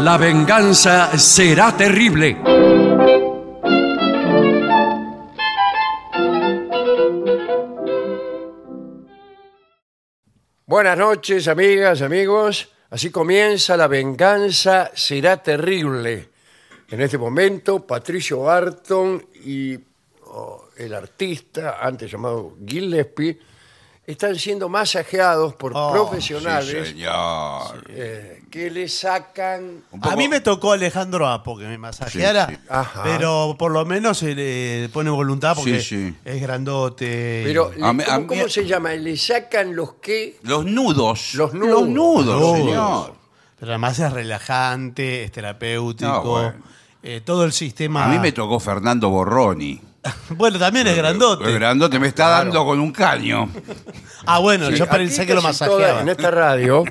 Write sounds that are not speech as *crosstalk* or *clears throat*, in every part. La venganza será terrible. Buenas noches, amigas, amigos. Así comienza La venganza será terrible. En este momento, Patricio Barton y oh, el artista, antes llamado Gillespie, están siendo masajeados por profesionales Señor. eh, que le sacan... Un poco- A mí me tocó Alejandro Apo que me masajeara, Sí, sí. Ajá. pero por lo menos se le pone voluntad porque Sí, sí. es grandote. Pero, A mí- a ¿cómo, mí- cómo se llama? Le sacan los que... Los nudos. Los nudos. Los nudos, Nudos. señor. Pero además es relajante, es terapéutico. No, bueno. eh, todo el sistema. A mí me tocó Fernando Borroni. Bueno, también es El grandote. grandote me está dando con un caño. Ah, bueno, yo Aquí pensé que lo casi todas- masajeaba. en este- esta *laughs* radio,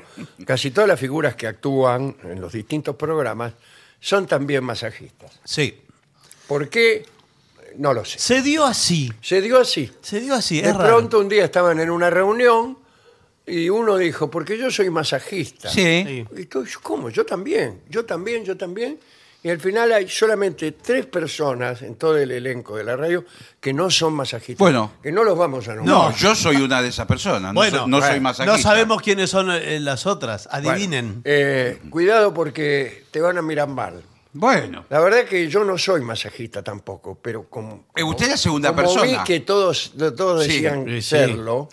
casi todas las figuras que actúan en los distintos programas son también masajistas. Sí. ¿Por qué? No lo sé. Se dio así. Se dio así. Se dio así. De es raro. pronto un día estaban en una reunión y uno dijo, porque yo soy masajista. Sí. Sí. Y tú, ¿cómo? Yo también, yo también, yo también. Y al final hay solamente tres personas en todo el elenco de la radio que no son masajistas. Bueno. Que no los vamos a No, nombrar. yo soy una de esas personas. No, Bueno, soy, no soy bueno, masajista. No sabemos quiénes son eh, las otras. Bueno, Adivinen. eh, cuidado porque te van a mirar mal. Bueno, La verdad que yo no soy masajista tampoco, pero como... Eh, usted es la segunda como persona. vi que todos, todos Sí, decían sí. serlo,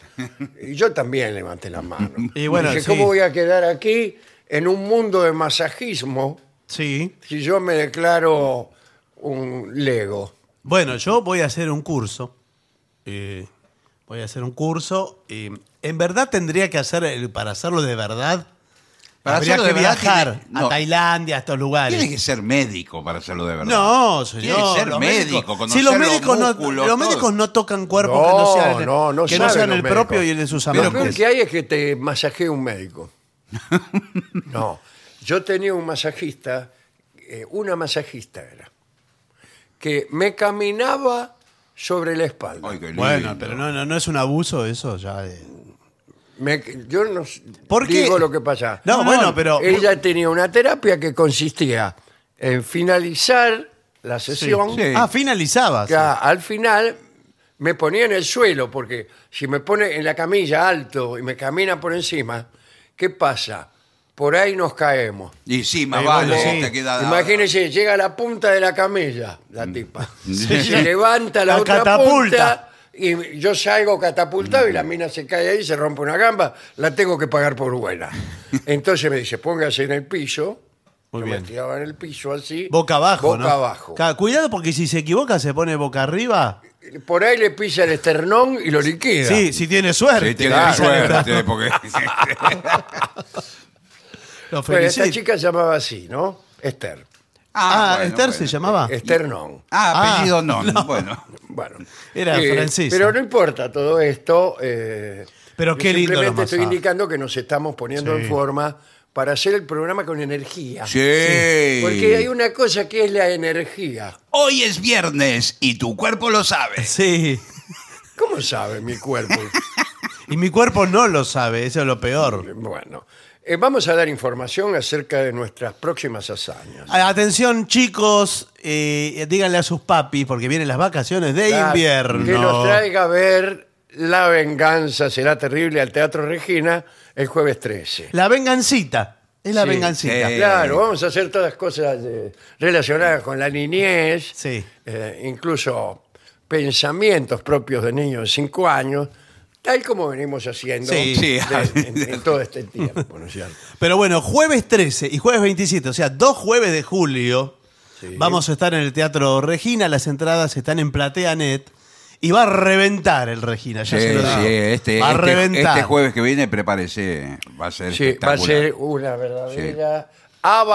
y yo también levanté la *laughs* mano. Y bueno, Dije, sí. ¿cómo voy a quedar aquí en un mundo de masajismo Sí. si yo me declaro un lego? Bueno, yo voy a hacer un curso. eh, voy a hacer un curso. eh, en verdad tendría que hacer, el- para hacerlo de verdad, Para habría hacerlo que de verdad viajar tiene- no. a Tailandia, a estos lugares. tiene que ser médico para hacerlo de verdad. No, Tiene señor. que ser los médico, médicos- conocer Si los médicos, músculos, no, los todo. médicos no tocan cuerpos No, que no sean, el- no, no que no saben sean los el propio médicos. y el de sus Lo peor amantes. que hay es que te masajee un *laughs* médico. No, yo tenía un masajista, eh, una masajista era, que me caminaba sobre la espalda. Ay, qué lindo. Bueno, pero no, no, no es un abuso eso ya. eh. Me- yo no s- ¿Por qué? digo lo que pasa. No, bueno, pero- Ella tenía una terapia que consistía en finalizar la sesión. sí. Ah, finalizabas. que a- al final me ponía en el suelo, porque si me pone en la camilla alto y me camina por encima, ¿qué pasa? Por ahí nos caemos. Y sí, más Eh, vale, bueno, sí, sí. te queda Imagínese, llega a la punta de la camilla, la *laughs* tipa. Sí. Se levanta la, Mm. La otra punta catapulta. Mm. y yo salgo catapultado y la mina se cae ahí, se rompe una gamba, la tengo que pagar por *laughs* buena. Entonces me dice, póngase en el piso. Muy Yo bien. me tiraba en el piso así. Boca abajo, Boca ¿no? abajo. Ca- Cuidado porque si se equivoca se pone boca arriba. Por ahí le pisa el esternón y lo liquida. Sí, si tiene suerte. Sí, tiene Claro. suerte, *laughs* porque... Lo Bueno, esta felicito. chica se llamaba así, ¿no? Esther. Ah, bueno, Esther se bueno. llamaba. Esther non. Ah, Ah, apellido no, bueno. Bueno. Eh, Era francesa. Pero no importa todo esto. eh, Pero yo qué lindo los Simplemente estoy masajes. indicando que nos estamos poniendo Sí. en forma para hacer el programa con energía. Sí. Porque hay una cosa que es la energía. Hoy es viernes y tu cuerpo lo sabe. Sí. ¿Cómo sabe mi *laughs* cuerpo? Y mi cuerpo no lo sabe, eso es lo peor. bueno. eh, vamos a dar información acerca de nuestras próximas hazañas. A- Atención, chicos, eh, díganle a sus papis, porque vienen las vacaciones de Claro, invierno. Que nos traiga a ver La Venganza será terrible al Teatro Regina el jueves 13. La vengancita. Es la Sí, vengancita. sí. Claro, vamos a hacer todas cosas eh, relacionadas con la niñez, Sí. eh, incluso pensamientos propios de niños de 5 años, tal como venimos haciendo Sí. Sí. de- en, en todo *laughs* este tiempo, ¿no es *laughs* cierto? Pero bueno, jueves 13 y jueves 27, o sea, dos jueves de julio, vamos a estar en el Teatro Regina. Las entradas están en PlateaNet. Y va a reventar el Regina, ya se lo digo. este, va a este- reventar. este jueves que viene, prepárese. Va a ser Sí, va a espectacular. ser una verdadera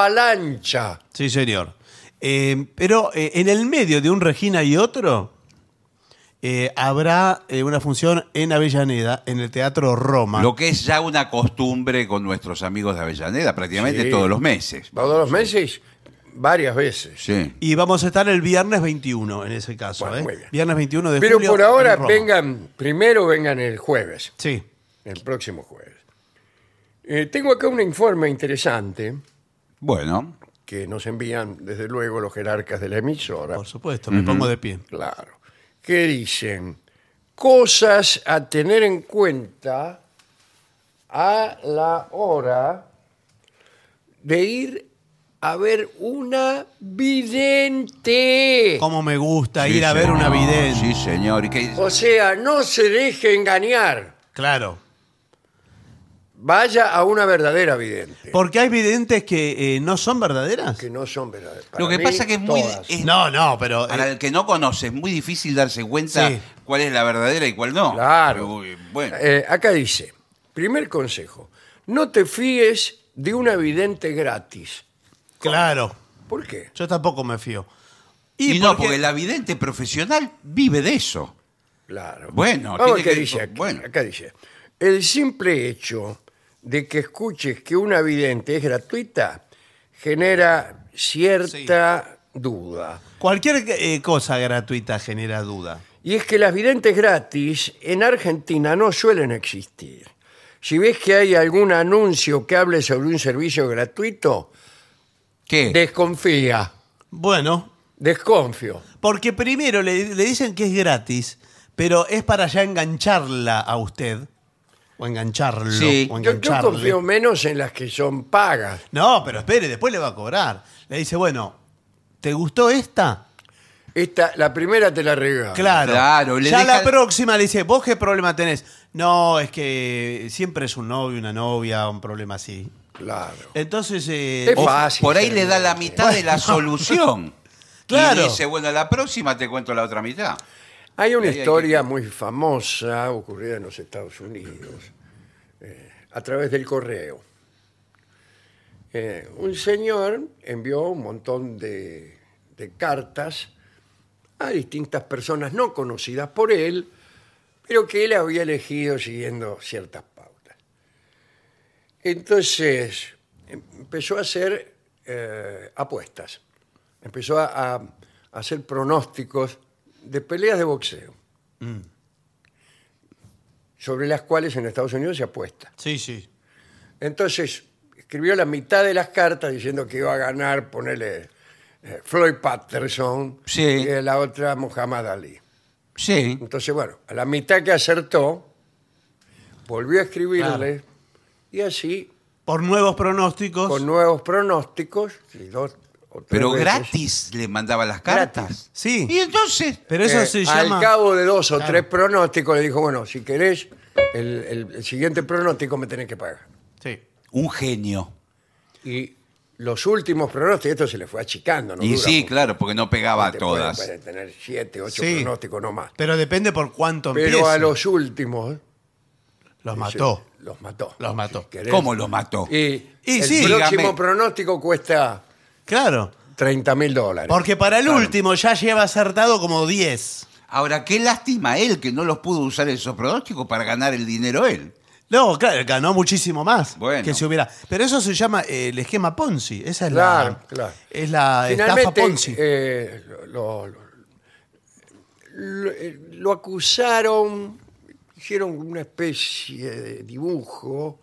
avalancha. Sí, señor. Eh, pero eh, en el medio de un Regina y otro, eh, habrá eh, una función en Avellaneda, en el Teatro Roma. Lo que es ya una costumbre con nuestros amigos de Avellaneda, prácticamente Sí. todos los meses. ¿Va todos los meses? Varias veces. Sí. Y vamos a estar el viernes 21, en ese caso. Bueno, ¿eh? muy bien. Viernes 21 de Pero julio por ahora en Roma. vengan, primero vengan el jueves. Sí. el próximo jueves. Eh, tengo acá un informe interesante Bueno, que nos envían, desde luego, los jerarcas de la emisora. Por supuesto, me pongo de pie. Claro. ¿Qué dicen? Cosas a tener en cuenta a la hora de ir a ver una vidente. ¿Cómo me gusta Eh, Sí, ir a ver señor. una vidente? Sí, señor. ¿Y qué- O sea, no se deje engañar. Claro. Vaya a una verdadera vidente. Porque hay videntes que eh, no son verdaderas. Que no son verdaderas. Para Lo que mí, pasa que es muy- todas. es- No, no, pero. eh, Para el que no conoce, es muy difícil darse cuenta Sí. cuál es la verdadera y cuál no. Claro. Uy, bueno, Eh, acá dice, primer consejo, no te fíes de una vidente gratis. claro. ¿Por qué? Yo tampoco me fío. y no, porque la vidente profesional vive de eso. Claro. Vamos Bueno, tiene a ver qué que- dice aquí. bueno. Acá dice, el simple hecho de que escuches que una vidente es gratuita genera cierta duda. Cualquier eh, cosa gratuita genera duda. Y es que las videntes gratis en Argentina no suelen existir. Si ves que hay algún anuncio que hable sobre un servicio gratuito, ¿Qué? desconfía, Bueno, desconfío. porque primero le, le dicen que es gratis, pero es para ya engancharla a usted. O engancharlo. Sí. o Yo, yo engancharle. confío menos en las que son pagas. No, pero espere, después le va a cobrar. Le dice, bueno, ¿te gustó esta? Esta, la primera te la regalo. Claro. Claro, le ya deja- la próxima le dice, ¿vos qué problema tenés? No, es que siempre es un novio, una novia, un problema así. Claro. Entonces, eh, Es o- fácil. Por ahí ser le da la vidente. mitad de la solución. Claro. Y dice, bueno, la próxima te cuento la otra mitad. Hay una Ahí hay que- historia muy famosa ocurrida en los Estados Unidos eh, a través del correo. Eh, un señor envió un montón de, de cartas a distintas personas no conocidas por él, pero que él había elegido siguiendo ciertas pautas. Entonces em- empezó a hacer eh, apuestas, empezó a, a hacer pronósticos de peleas de boxeo, sobre las cuales en Estados Unidos se apuesta. sí, sí. Entonces escribió la mitad de las cartas diciendo que iba a ganar, ponele eh, Floyd Patterson Sí. y eh, la otra Muhammad Ali. Sí. Entonces, bueno, a la mitad que acertó, volvió a escribirle y así, Por nuevos pronósticos. con nuevos pronósticos, y dos o tres Pero veces, gratis le mandaba las Gratis. cartas. Sí. Y entonces, Pero eso eh, se Al llama. cabo de dos o Claro. tres pronósticos le dijo, bueno, si querés el, el- el siguiente pronóstico me tenés que pagar. Sí. un genio. Y los últimos pronósticos, esto se le fue achicando, ¿no? y Dura sí, mucho. claro, porque no pegaba a Te todas. Puede, puede tener siete, ocho Sí. pronósticos, no más. Pero depende por cuánto Pero empiece. a los últimos... Los mató. se- los mató. Los mató. querés. ¿Cómo lo mató? Y, Y el sí. próximo Dígame. pronóstico cuesta Claro. 30 mil dólares. Porque para el Claro. último ya lleva acertado como 10. Ahora, qué lástima él que no los pudo usar esos pronósticos para ganar el dinero él. No, claro, ganó muchísimo más Bueno. que si hubiera. Pero eso se llama eh, el esquema Ponzi. Esa es Claro, la. claro. Es la estafa Finalmente, Ponzi. eh, lo, lo- lo- eh, lo acusaron, hicieron una especie de dibujo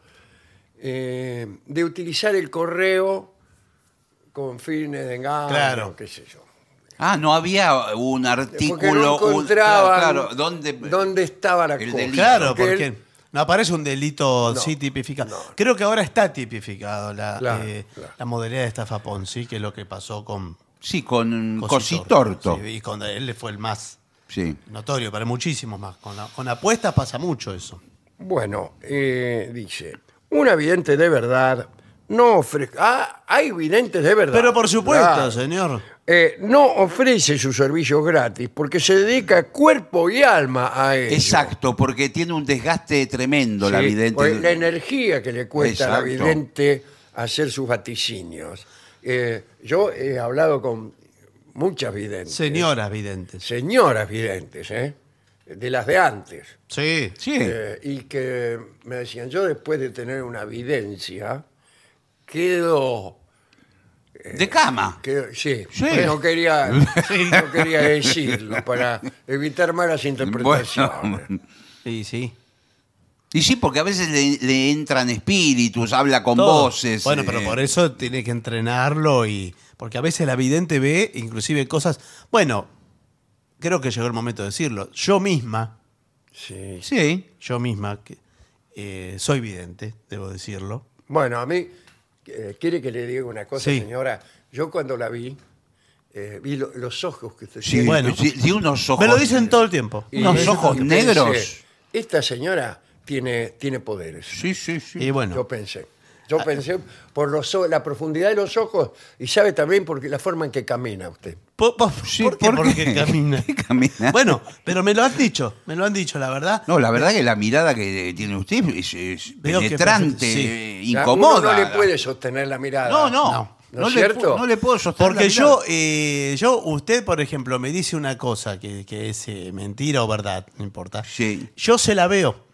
eh, de utilizar el correo con fines de engaño, Claro. qué sé yo. Ah, no había Porque un no artículo. un- encontraban claro, claro, ¿dónde, dónde estaba la el cosa. delito? Claro, Porque porque él- no aparece un delito No, sí tipificado. no. Creo que ahora está tipificado la, Claro, eh, claro. la modalidad de estafa Ponzi, que es lo que pasó con Sí, con Cositorto. Cositorto. Sí, y con él fue el más Sí. notorio, para muchísimos más. Con, la- con apuestas pasa mucho eso. Bueno, eh, dice, un vidente de verdad no ofrece... Ah, hay videntes de verdad. Pero por supuesto, Claro. señor. Eh, no ofrece sus servicios gratis porque se dedica cuerpo y alma a ello. Exacto, porque tiene un desgaste tremendo Eh, Sí, pues, la por vidente. La energía que le cuesta a la Exacto. vidente hacer sus vaticinios. Eh, yo he hablado con muchas videntes. Señoras videntes. Señoras videntes, ¿eh? De las de antes. Sí. Sí. Eh, y que me decían, yo después de tener una evidencia, quedo, de cama. quedo- sí, Sí. pero no *laughs* quería, no quería decirlo para evitar malas interpretaciones. Bueno. Sí, sí. Y sí, porque a veces le, le entran espíritus, habla con Todo. voces. Bueno, eh, pero por eso tiene que entrenarlo y. Porque a veces la vidente ve inclusive cosas. Bueno, creo que llegó el momento de decirlo. Yo misma, Sí. Sí. yo misma, que, eh, soy vidente, debo decirlo. Bueno, a mí, eh, ¿quiere que le diga una cosa, Sí. señora? Yo cuando la vi, eh, vi lo- los ojos que usted Sí, tiene. bueno. sí, sí, unos ojos. Me lo dicen todo el tiempo. Y unos *laughs* eso ojos que pensé, negros. Esta señora tiene, tiene poderes. Sí, sí, sí. Y bueno, Yo pensé. Yo pensé por los, o- la profundidad de los ojos y sabe también porque la forma en que camina usted. po- po- Sí, ¿por qué? ¿por Porque qué? *laughs* camina. ¿Qué camina? Bueno, pero me lo han dicho, me lo han dicho, la verdad. No, la verdad que la mirada que tiene usted es, es Veo que penetrante, parece- sí. eh, O sea, incomoda. uno no le puede sostener la mirada. No, no. No. ¿No no es le cierto? pu- no le puedo sostener. Porque la yo, mirada. eh, yo, usted, por ejemplo, me dice una cosa que, que es eh, mentira o verdad, no importa. Sí. Yo se la veo.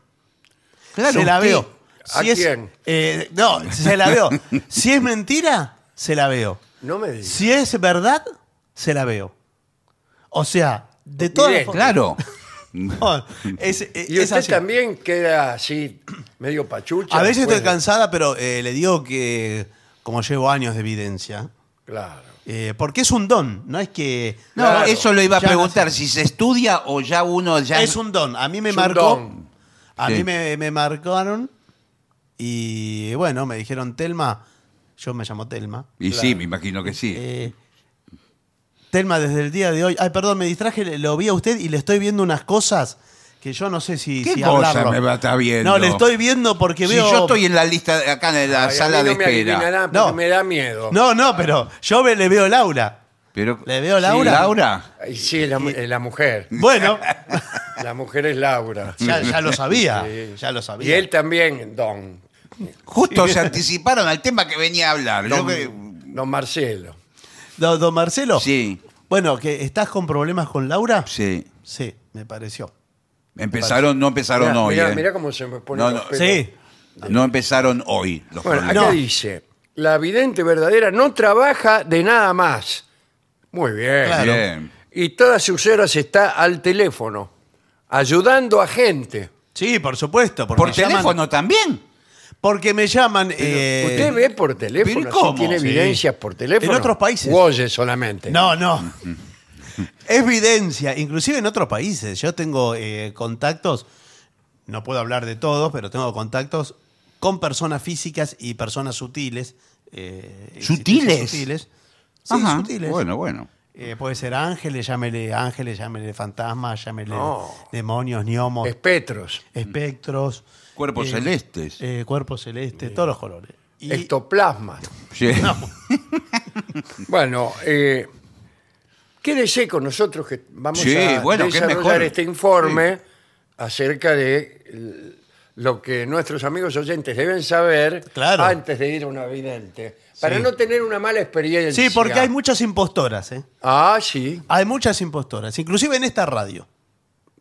Claro, se la usted- veo. ¿A es- quién? eh, no, se la veo. si es mentira, se la veo. No me diga. Si es verdad, se la veo. O sea, de todas Bien, las Claro. formas- No, es- eh, Y es usted así. también queda así, *clears throat* medio pachucha. A veces después estoy de- cansada, pero eh, le digo que como llevo años de evidencia, Claro. eh, porque es un don, no es que... No, Claro. eso lo iba a Ya preguntar, si se estudia o ya uno ya... Es un don. A mí me Es un marcó. don. A Sí. mí me, me marcaron. Y bueno, me dijeron Telma. Yo me llamo Telma. Y sí, me imagino que sí. eh, Telma, desde el día de hoy. Ay, perdón, me distraje, lo vi a usted y le estoy viendo unas cosas que yo no sé si. ¿Qué si cosa hablarlo. me va a estar viendo? No, le estoy viendo porque si veo. yo estoy en la lista, de- acá en la Ay, a sala mí de no me espera. adivinará porque No. me da miedo. No, no, pero yo ve- le veo Laura. Pero, ¿Le veo Sí, Laura? Laura. Ay, Sí, la, eh, la mujer. *laughs* Bueno, La mujer es Laura. *laughs* ya, ya lo sabía. Sí. Ya lo sabía. Y él también, don. Justo se anticiparon al tema que venía a hablar. Yo Don, que- don Marcelo. Don, don Marcelo. Sí. Bueno, que ¿estás con problemas con Laura? Sí. Sí, me pareció. Empezaron, no empezaron Mirá, hoy. mirá- eh. mirá cómo se me pone No, los no. pelos. Sí. No empezaron hoy los Bueno, acá problemas. dice, la vidente verdadera no trabaja de nada más. Muy bien. Claro. Bien. Y todas sus horas está al teléfono, ayudando a gente. Sí, por supuesto. Porque ¿Por me llaman- teléfono también? porque me llaman. eh, Usted ve por teléfono, ¿pero si cómo? tiene Sí. evidencias por teléfono. En otros países. o oye solamente. No, no. es evidencia, inclusive en otros países. Yo tengo eh, contactos, no puedo hablar de todos, pero tengo contactos con personas físicas y personas sutiles. eh, ¿Sutiles? Sutiles. Sí, Ajá. sutiles. Bueno, bueno. Eh, puede ser ángeles, llámele ángeles, llámele fantasmas, llámele No. demonios, gnomos, Espectros, espectros. Cuerpos celestes. eh, cuerpos celestes, todos los colores. Y- ectoplasma. Sí. Bueno, eh, quédese con nosotros que vamos Sí, a bueno, qué desarrollar mejor. este informe acerca de l- lo que nuestros amigos oyentes deben saber Claro. antes de ir a una vidente, para Sí. no tener una mala experiencia. Sí, porque hay muchas impostoras, ¿eh? Ah, sí, Hay muchas impostoras, inclusive en esta radio.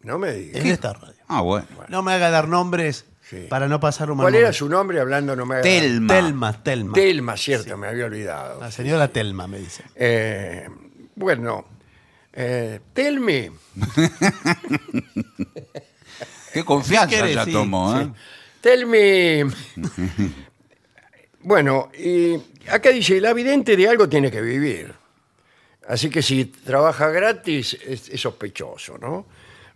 no me digas. En esta radio. Ah, bueno. No me haga dar nombres Sí. para no pasar un mal ¿Cuál era momento. su nombre hablando? No me haga- Telma. Telma, Ah, Telma. Telma, cierto, me había olvidado. La señora Telma me dice. Eh, bueno, eh, Telmi, Qué confianza querés? ya Sí, tomó, ¿eh? Tell me. bueno, y acá dice, la vidente de algo tiene que vivir. Así que si trabaja gratis, es, es sospechoso, ¿no?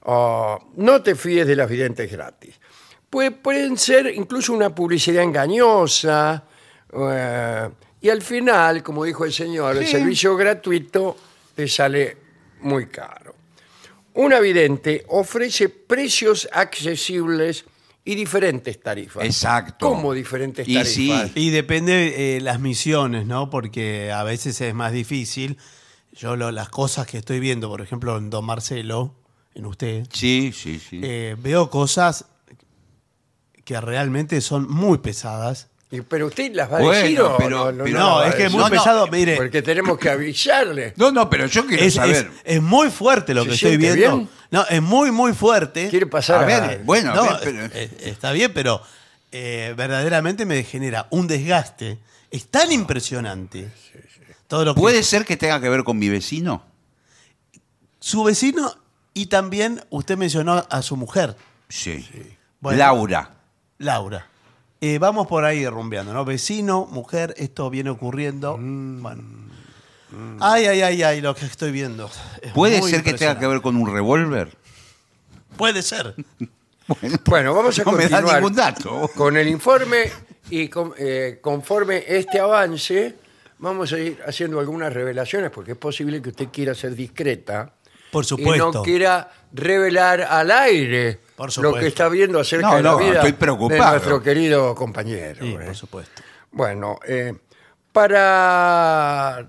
Ah, no te fíes de las videntes gratis. Pue- pueden ser incluso una publicidad engañosa. eh, y al final, como dijo el señor, el servicio gratuito te sale muy caro. Una vidente ofrece precios accesibles y diferentes tarifas. Exacto. ¿Cómo diferentes Y tarifas? sí. Y depende eh, las misiones, ¿no? Porque a veces es más difícil. Yo lo- las cosas que estoy viendo, por ejemplo, en Don Marcelo, en usted, Sí, sí, sí. eh, veo cosas que realmente son muy pesadas. Y- pero usted las va a Bueno, decir o pero- no, pero- las no, va es a que es decir? muy No, no, pesado. Mire, Porque tenemos que avisarle. No, no, pero yo quiero Es, es- saber. es muy fuerte lo ¿Se que estoy siente viendo. bien? No, es muy, muy fuerte. Quiere pasar A a, ver, bueno, No, a ver, pero- eh, eh, está bien, pero eh, verdaderamente me genera un desgaste. Es tan impresionante. Todo lo que ¿Puede ser que tenga que ver con mi vecino? su vecino y también usted mencionó a su mujer. Sí. Bueno. Laura. Laura. Eh, vamos por ahí rumbeando, ¿no? Vecino, mujer, esto viene ocurriendo. Mm, Bueno. Ay, ay, ay, ay, lo que estoy viendo. Es ¿Puede muy ser que tenga que ver con un revólver? impresionante. Puede ser. Bueno, Bueno, vamos a no me da continuar ningún *laughs* dato. con el informe y con- eh, conforme este avance vamos a ir haciendo algunas revelaciones porque es posible que usted quiera ser discreta Por y supuesto. no quiera revelar al aire Por lo supuesto. que está viendo acerca No, de la no, vida estoy de preocupado. nuestro querido compañero. Sí, ¿eh? por supuesto. Bueno, eh, para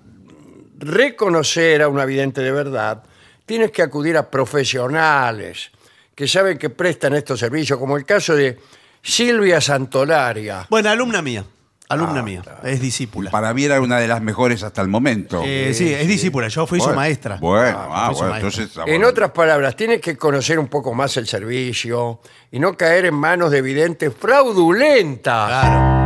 reconocer a un vidente de verdad, tienes que acudir a profesionales que saben que prestan estos servicios, como el caso de Silvia Santolaria. Bueno, alumna mía. Ah, Alumna mía. Es discípula. Para mí era una de las mejores hasta el momento. Eh, sí, es discípula. Yo fui Bueno, su maestra. Bueno, yo ah, fui su bueno, maestra. entonces. ah, En bueno. otras palabras, tienes que conocer un poco más el servicio y no caer en manos de videntes fraudulentas. Claro.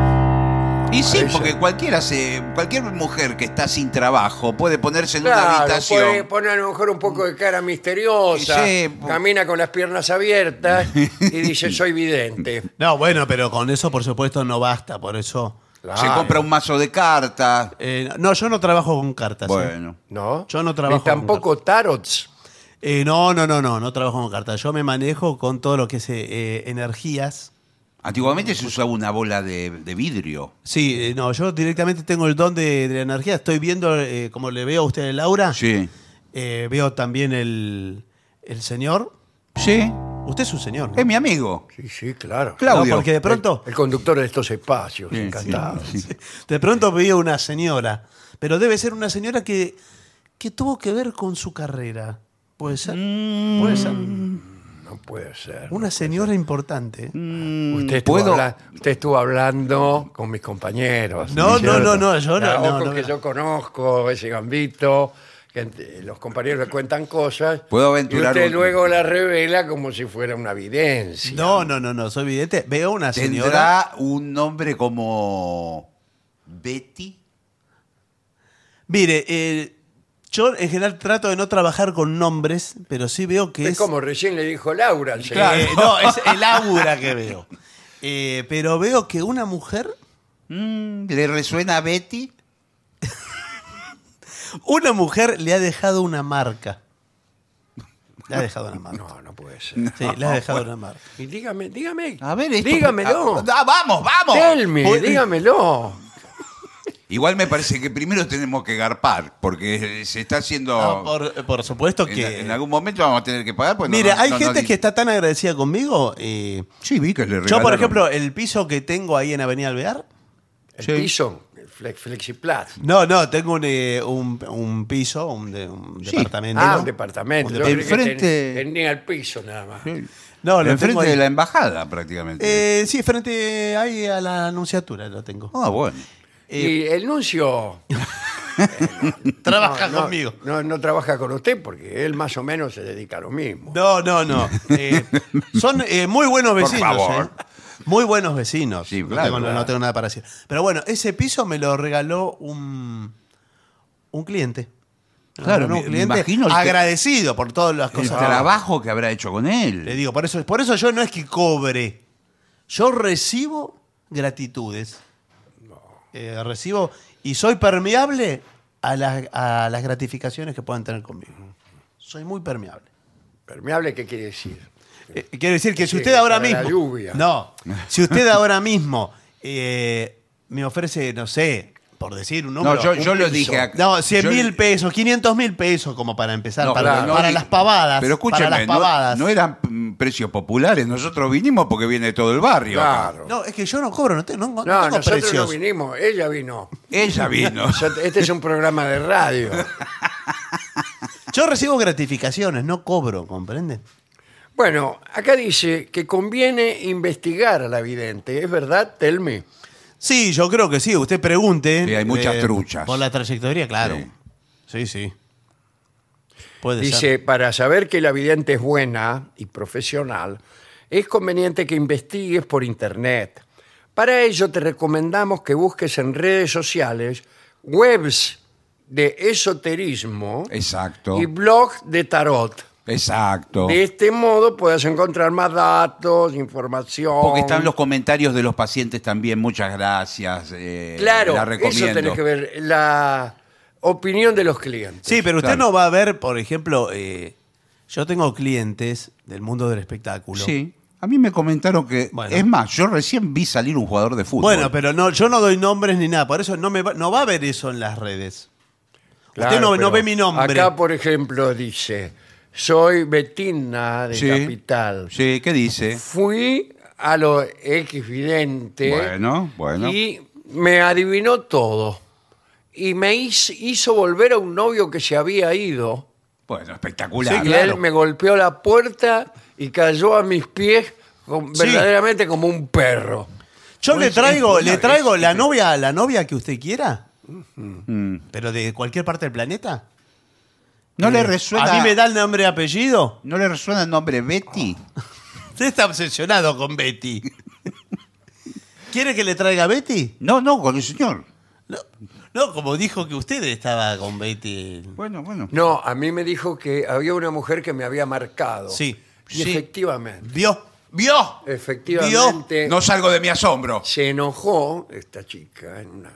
Y sí, Parece. porque cualquiera se, cualquier mujer que está sin trabajo puede ponerse en una Claro, habitación. puede poner a lo mejor un poco de cara misteriosa, Sí, po- camina con las piernas abiertas *laughs* y dice soy vidente. No, bueno, pero con eso, por supuesto, no basta. Por eso. Se Claro. compra un mazo de cartas. Eh, no, yo no trabajo con cartas. ¿eh? Bueno. No. Yo no trabajo Ni tampoco tarots. Eh, no, no, no, no, no trabajo con cartas. Yo me manejo con todo lo que es eh, energías. Antiguamente se usaba una bola de, de vidrio. Sí, eh, no, yo directamente tengo el don de, de la energía. Estoy viendo, eh, como le veo a usted, Laura. Sí. Eh, veo también el, el señor. Sí. Usted es un señor. ¿no? Es mi amigo. Sí, sí, claro. Claro. Claudio. No, porque de pronto, El conductor de estos espacios, Sí, sí, encantado. sí. de pronto veo una señora. Pero debe ser una señora que, que tuvo que ver con su carrera. Puede ser. Mm, Puede ser. No puede ser. Una señora importante. Mm. Mm, Usted, estuvo ¿puedo? habla- usted estuvo hablando con mis compañeros. No, ¿sí, cierto? no, no, no, yo no, La- no, ojo no, que no. yo conozco, ese gambito, que ent- los compañeros le cuentan cosas. ¿Puedo aventurar Y usted un- luego la revela como si fuera una evidencia. No, no, no, no, soy evidente. Veo una señora. Tendrá un nombre como Betty. Mire, eh, yo en general trato de no trabajar con nombres, pero sí veo que Es es. como recién le dijo Laura. al señor. *laughs* Eh, no, es el aura que veo. Eh, pero veo que una mujer. Mm, ¿Le resuena a Betty? Una mujer le ha dejado una marca. Le ha dejado una marca. No, no puede ser. Sí, le ha dejado una marca. Y dígame, dígame. A ver, esto- Dígamelo. Ah, vamos, vamos. Tell me, Voy- dígamelo. Igual me parece que primero tenemos que garpar, porque se está haciendo. No, por, por supuesto en- que. en, algún momento vamos a tener que pagar. pues no- Mira, no- hay no- no gente di- que está tan agradecida conmigo. eh, Sí, vi que le yo, por regalaron. ejemplo, el piso que tengo ahí en Avenida Alvear. El Sí. piso, el flex- Flexiplat. No, no, tengo un, eh, un- un piso, un, de- un Sí. departamento. Ah, un departamento. Un Yo creí que Enfrente- ten- Tenía el piso nada más. No, lo tengo Enfrente ahí. de la embajada, prácticamente. Eh, sí, frente ahí a la anunciatura lo tengo. Eh, Ah, bueno. Y el *laughs* nuncio. Trabaja no, no, conmigo. No, no trabaja con usted porque él más o menos se dedica a lo mismo. No, no, no. Eh, son eh, muy buenos vecinos. favor. eh. Muy buenos vecinos. Sí, No claro, tengo- no, claro. no tengo nada para decir. Pero bueno, ese piso me lo regaló un, un cliente. Me lo Claro, regaló me- me imagino el que- agradecido por todas las El cosas. que- trabajo que habrá hecho con él. Le digo, por eso, por eso yo no es que cobre. Yo recibo gratitudes. Eh, recibo y soy permeable a las, a las gratificaciones que puedan tener conmigo. Soy muy permeable. Permeable, ¿qué quiere decir? Eh, quiero decir que si Sí, usted ahora para la mismo. lluvia. *laughs* No, si usted ahora mismo eh, me ofrece, no sé, por decir un número. no, yo, yo un- lo dije acá. No, 100 Yo- mil pesos, 500 mil pesos, como para empezar, No, para, claro, no para di- las pavadas. Pero escúchame, para las no- pavadas. No, eran mm, precios populares. Nosotros vinimos porque viene de todo el barrio. acá. Claro. No, es que yo no cobro, no, te- no- no No, tengo nosotros no precios. vinimos, ella vino. Ella vino. *laughs* Nosotros- Este es un programa de *laughs* radio. Yo recibo gratificaciones, no cobro, ¿comprende? Bueno, acá dice que conviene investigar a la vidente. ¿Es verdad, Telmi? Sí, yo creo que sí. Usted pregunte. eh, Sí, hay muchas truchas. Por la trayectoria, claro. Sí. Sí, sí. Puede ser. Dice, para saber que la vidente es buena y profesional, es conveniente que investigues por internet. Para ello te recomendamos que busques en redes sociales webs de esoterismo Exacto. y blogs de tarot. Exacto. De este modo puedes encontrar más datos, información. Porque están los comentarios de los pacientes también. Muchas gracias. eh, Claro, la eso recomiendo. tenés que ver. La opinión de los clientes. Sí, pero usted Claro. no va a ver, por ejemplo, eh, yo tengo clientes del mundo del espectáculo. Sí. A mí me comentaron que. Bueno. Es más, yo recién vi salir un jugador de fútbol. Bueno, pero no, yo no doy nombres ni nada, por eso no, me va, no va a ver eso en las redes. usted no- no pero ve mi nombre. Acá, por ejemplo, dice: Soy Betina de Sí. Capital. Sí, ¿qué dice? Fui a los X Vidente. Bueno, bueno. Y me adivinó todo. Y me hiz- hizo volver a un novio que se había ido. Bueno, espectacular. Sí, Y claro. él me golpeó la puerta y cayó a mis pies con- Sí. verdaderamente como un perro. Yo Pues le sí, traigo, una le vez, traigo la sí. novia, la novia que usted quiera, pero de cualquier parte del planeta. Mm. ¿No le resuena. Eh, A mí me da el nombre y apellido. ¿No le resuena el nombre Betty? Usted está obsesionado con Betty. *laughs* ¿Quiere que le traiga a Betty? No, no, con el señor. No, no, como dijo que usted estaba con Betty. Bueno, bueno. No, a mí me dijo que había una mujer que me había marcado. Sí, Y sí. efectivamente, Vio, vio. efectivamente, No salgo de mi asombro. se enojó esta chica en una-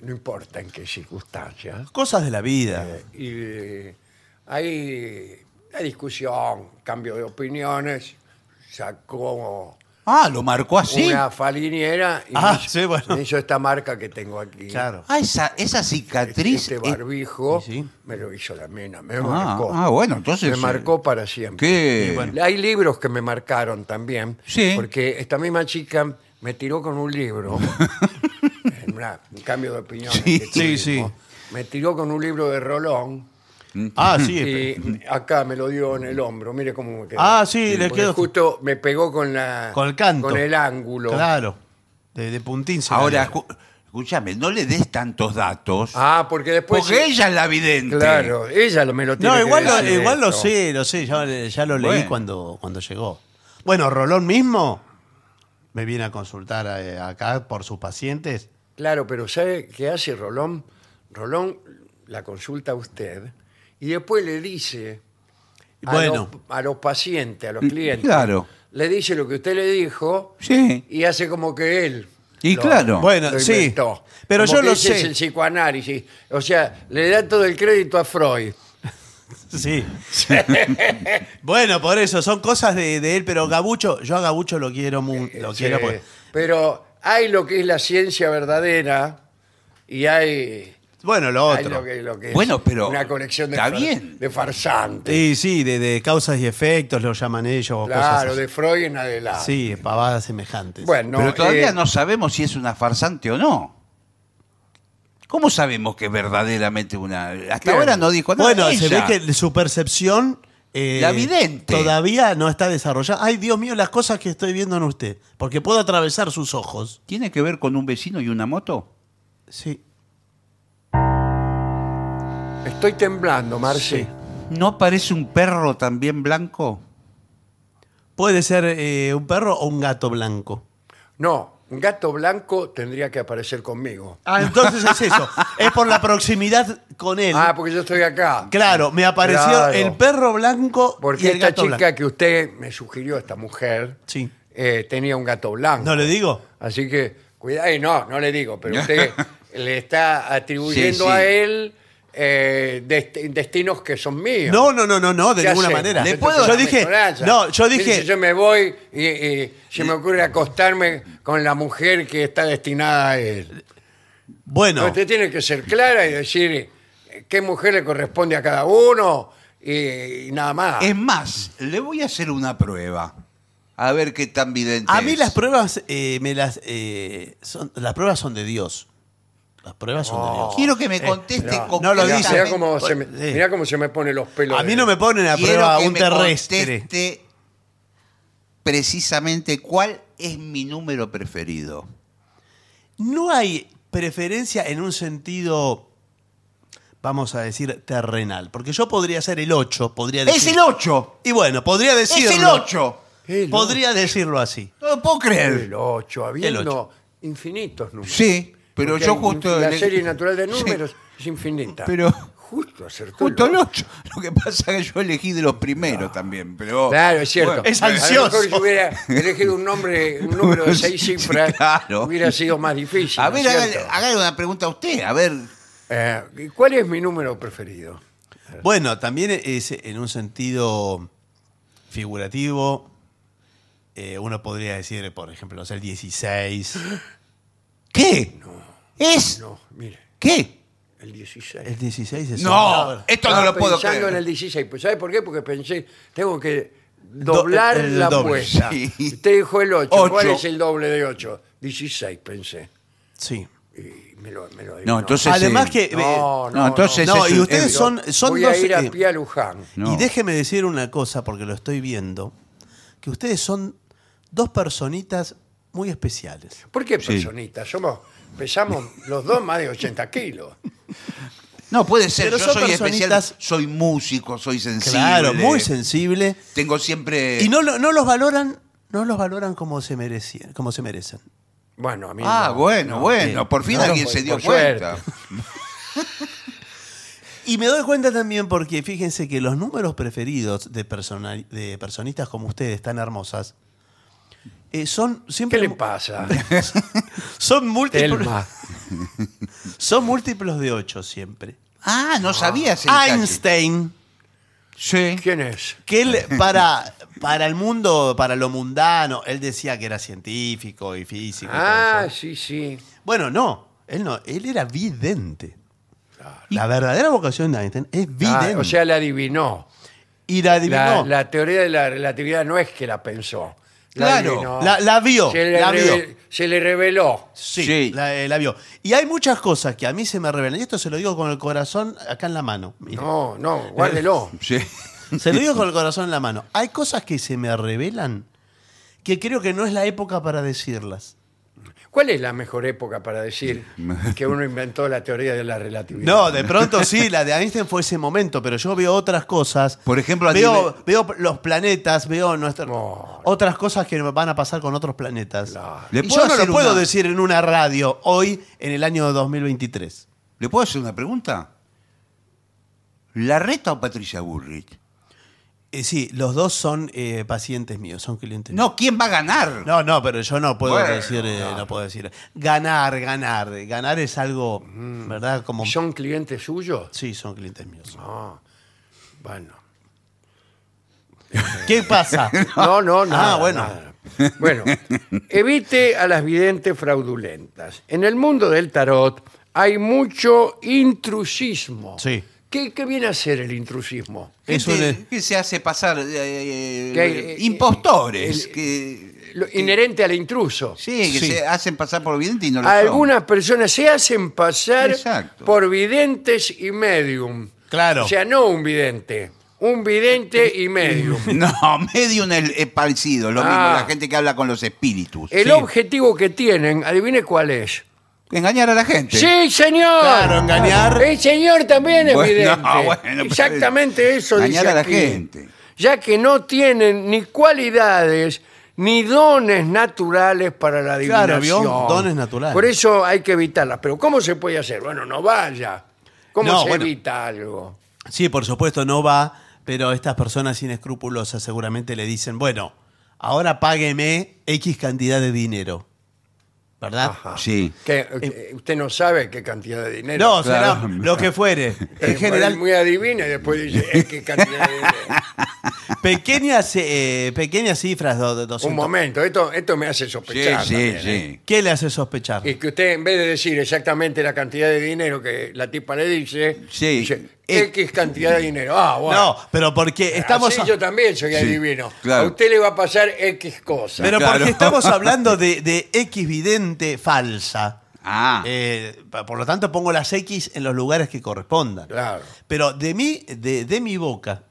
No importa en qué circunstancia. Cosas de la vida. Y eh, hay la discusión, cambio de opiniones, sacó Ah, lo marcó así. una faliniera y Ah, me hizo- sí, bueno. me hizo esta marca que tengo aquí. Claro. Ah, esa, esa cicatriz. Este eh, barbijo Sí, sí. me lo hizo la mena, me ah, marcó. ah, bueno, entonces. me marcó para siempre. ¿Qué? Y bueno. Hay libros que me marcaron también. Sí. Porque esta misma chica me tiró con un *laughs* libro. en una- un cambio de opinión. Sí, sí, Me tiró con un libro de Rolón. Mm. Ah, sí. pe- Y acá me lo dio en el hombro. Mire cómo me quedó. Ah, sí, le Porque quedó- Justo me pegó con la. Con el canto. Con el ángulo. Claro. De, de puntín. se la Ahora, dio. escu- escúchame, no le des tantos datos. Ah, porque Pues después. porque ella es la vidente. Claro, ella lo- me lo tiene No, que igual, lo, decir igual lo esto. sé, lo sé. Ya, ya lo leí Bueno. cuando, cuando llegó. Bueno, Rolón mismo me viene a consultar eh, acá por sus pacientes. Claro, pero ¿sabe qué hace Rolón? Rolón la consulta a usted y después le dice a, Bueno. los, a los pacientes, a los clientes, Mm, claro. le dice lo que usted le dijo Sí. y hace como que él. Y claro. Bueno, sí, inventó. pero Como yo que lo ese sé. Es el psicoanálisis. O sea, le da todo el crédito a Freud. Sí. *laughs* bueno, por eso, son cosas de, de él, pero Gabucho, yo a Gabucho lo quiero mucho. Lo Eh, Sí, quiero porque- Este, Pero hay lo que es la ciencia verdadera y hay, Bueno, lo hay otro. lo que, lo que es Bueno, pero una conexión de, está far- bien. de farsantes. Sí, sí, de, de causas y efectos lo llaman ellos. o cosas Claro, así. de Freud en adelante. Sí, pavadas semejantes. Bueno, Pero todavía eh, no sabemos si es una farsante o no. ¿Cómo sabemos que es verdaderamente una.? Hasta Claro. ahora no dijo nada. Bueno, se ve ella. que su percepción. eh, La vidente. Todavía no está desarrollada. Ay, Dios mío, las cosas que estoy viendo en usted. Porque puedo atravesar sus ojos. ¿Tiene que ver con un vecino y una moto? Sí. Estoy temblando, Marce. ¿No parece un perro también blanco? Puede ser eh, un perro o un gato blanco. No, un gato blanco tendría que aparecer conmigo. Ah, entonces *laughs* es eso. Es por la proximidad con él. Ah, porque yo estoy acá. claro, me apareció Claro. el perro blanco y Porque el esta gato chica blanco. que usted me sugirió, esta mujer, Sí. eh, tenía un gato blanco. ¿No le digo? Así que, cuidado, eh, no, no le digo, *laughs* pero usted le está atribuyendo Sí, sí. a él eh, dest- destinos que son míos. No, no, no, no, no, de ¿Qué ninguna hacemos? manera. Esto es yo una dije, mezcolanza. no, yo Mire, dije, si yo me voy y, y se me ocurre acostarme con la mujer que está destinada a él. bueno, Usted tiene que ser clara y decir eh, qué mujer le corresponde a cada uno y, y nada Ah. más. Es más, le voy a hacer una prueba. A ver qué tan vidente a mí es. las pruebas eh, me las eh, son, las pruebas son de Dios. Las pruebas son de Dios. Quiero que me conteste No, con no lo Mirá- dice. Mirá cómo, se me, Sí. mirá cómo se me ponen los pelos. A mí de- no me ponen a Oh, Quiero prueba que un me terrestre. conteste precisamente cuál es mi número preferido. No hay preferencia en un sentido, vamos a decir, terrenal. Porque yo podría ser el 8, podría decir. ¡Es el 8! Y bueno, podría decirlo. ¡Es el 8! El Podría decirlo así. No lo puedo El creer. 8, habiendo ocho. infinitos números. Sí, pero Porque yo hay- justo... La le- serie natural de Sí, números es infinita. Pero- Justo acertó. Justo el el ocho. 8. Lo que pasa es que yo elegí de los primeros también, pero... Ah. Claro, es cierto. Bueno, Es A lo mejor ansioso. si hubiera elegido un nombre, un número de seis *laughs* Sí, cifras, claro. hubiera sido más difícil. a ¿no es ver, hágale, cierto? hágale una pregunta a usted, a ver... Eh, ¿Cuál es mi número preferido? Bueno, también es en un sentido figurativo. eh, uno podría decir, por ejemplo, no sé, el 16. ¿Qué? ¿Es? No, mire, ¿Qué? el 16. El 16 es No, un- esto no Estaba lo puedo pensando creer. en el 16. Pues, ¿Sabe por qué? Porque pensé, tengo que doblar el- el la doble, apuesta. sí. Usted dijo el 8. Ocho. ¿Cuál es el doble de 8? 16, pensé. Sí. Y me lo, me lo No, adivinó. entonces... Además eh, que- No, No, no, entonces... no. No, es y un- ustedes es- son- son Voy a dos, ir a eh, pie a Luján. No. Y déjeme decir una cosa, porque lo estoy viendo, que ustedes son dos personitas muy especiales. ¿Por qué personitas? Somos, pesamos los dos más de 80 kilos. No, puede ser. Pero Yo son soy especial, personitas- soy músico, soy sensible. Claro, muy sensible. Tengo siempre... Y no, lo- no los valoran, no los valoran como se merecen, como se merecen. Bueno, a mí Ah, no. bueno, bueno. sí. Por fin No, alguien por- se dio por cuenta. Y me doy cuenta también porque fíjense que los números preferidos de, personal, de personitas como ustedes, tan hermosas, eh, son ¿Qué siempre le *laughs* pasa? son múltiplos, Telma. son múltiplos de 8 siempre. Ah, no sabía ese detalle. Einstein, Sí. ¿Quién es? que él para, para el mundo, para lo mundano, él decía que era científico y físico. y todo Ah, eso. sí, sí. Bueno, no, él no, él era vidente. La verdadera vocación de Einstein es Ah, vidente. o sea, la adivinó. y la La, adivinó. la teoría de la relatividad no es que la pensó. La Claro, adivinó. la- la vio, Se le, la vio. reve- se le reveló. Sí, Sí. La, eh, la vio. Y hay muchas cosas que a mí se me revelan. Y esto se lo digo con el corazón acá en la mano. mire. No, no, *laughs* guárdelo. Sí. *laughs* Se lo digo con el corazón en la mano. Hay cosas que se me revelan que creo que no es la época para decirlas. ¿Cuál es la mejor época para *laughs* decir que uno inventó la teoría de la relatividad? No, de pronto sí, la de Einstein fue ese momento, pero yo veo otras cosas. Por ejemplo, a ti veo, veo los planetas, veo nuestras No. otras cosas que van a pasar con otros planetas. Claro. ¿Le Y puedo yo no lo hacer puedo una- decir en una radio hoy, en el año 2023. ¿Le puedo hacer una pregunta? ¿La reta o Patricia Burrich? Eh, sí, los dos son eh, pacientes míos, son clientes. míos. No, ¿quién va a ganar? no, no, pero yo no puedo Bueno, decir, eh, no. puedo decir ganar, ganar, ganar es algo, ¿verdad? Como ¿Son clientes suyos? sí, son clientes míos. Mm. No. Ah, Bueno. ¿Qué pasa? *laughs* No, no, nada. *laughs* Ah, bueno. nada. Bueno, evite a las videntes fraudulentas. En el mundo del tarot hay mucho intrusismo. Sí. ¿Qué, qué viene a ser el intrusismo? Eso Gente le- que se hace pasar eh, Que, eh, impostores. el- que, Lo inherente al intruso. sí, que sí. se hacen pasar por vidente y no lo Algunas personas se hacen pasar Exacto. por videntes y medium. Claro. O sea, no un vidente, un vidente y medium. son. *laughs* No, medium es, es eh, parecido, lo Ah. mismo la gente que habla con los espíritus. El Sí. objetivo que tienen, adivine cuál es. Engañar a la gente. Sí, señor. Claro, engañar. El señor también es Bueno, vidente. no, bueno, pero- Exactamente eso Engañar dice a la aquí. gente. Ya que no tienen ni cualidades ni dones naturales para la Claro, adivinación. vio, dones naturales. Por eso hay que evitarlas. Pero ¿cómo se puede hacer? Bueno, no vaya. ¿Cómo No, se bueno. evita algo? Sí, por supuesto, no va, pero estas personas sin escrupulosas seguramente le dicen, bueno, ahora págueme X cantidad de dinero. ¿Verdad? Ajá. Sí. Que, eh, usted no sabe qué cantidad de dinero. No, será Claro. lo *laughs* que fuere. Eh, En general, Muy adivina y después dice eh, qué cantidad de dinero. pequeñas, eh, pequeñas cifras de Un 200. momento, esto, esto me hace Sí, sospechar. sí, también, ¿eh? sí. ¿Qué le hace sospechar? Y que usted, en vez de decir exactamente la cantidad de dinero que la tipa le dice, Sí. dice Eh, X cantidad de dinero. Ah, bueno. No, pero porque estamos... Así yo también soy adivino. claro. A usted le va a pasar X cosa. Pero Claro. porque estamos hablando de, de X vidente falsa. Ah. Eh, pa- por lo tanto, pongo las X en los lugares que correspondan. Claro. Pero de mí, de, de mi boca,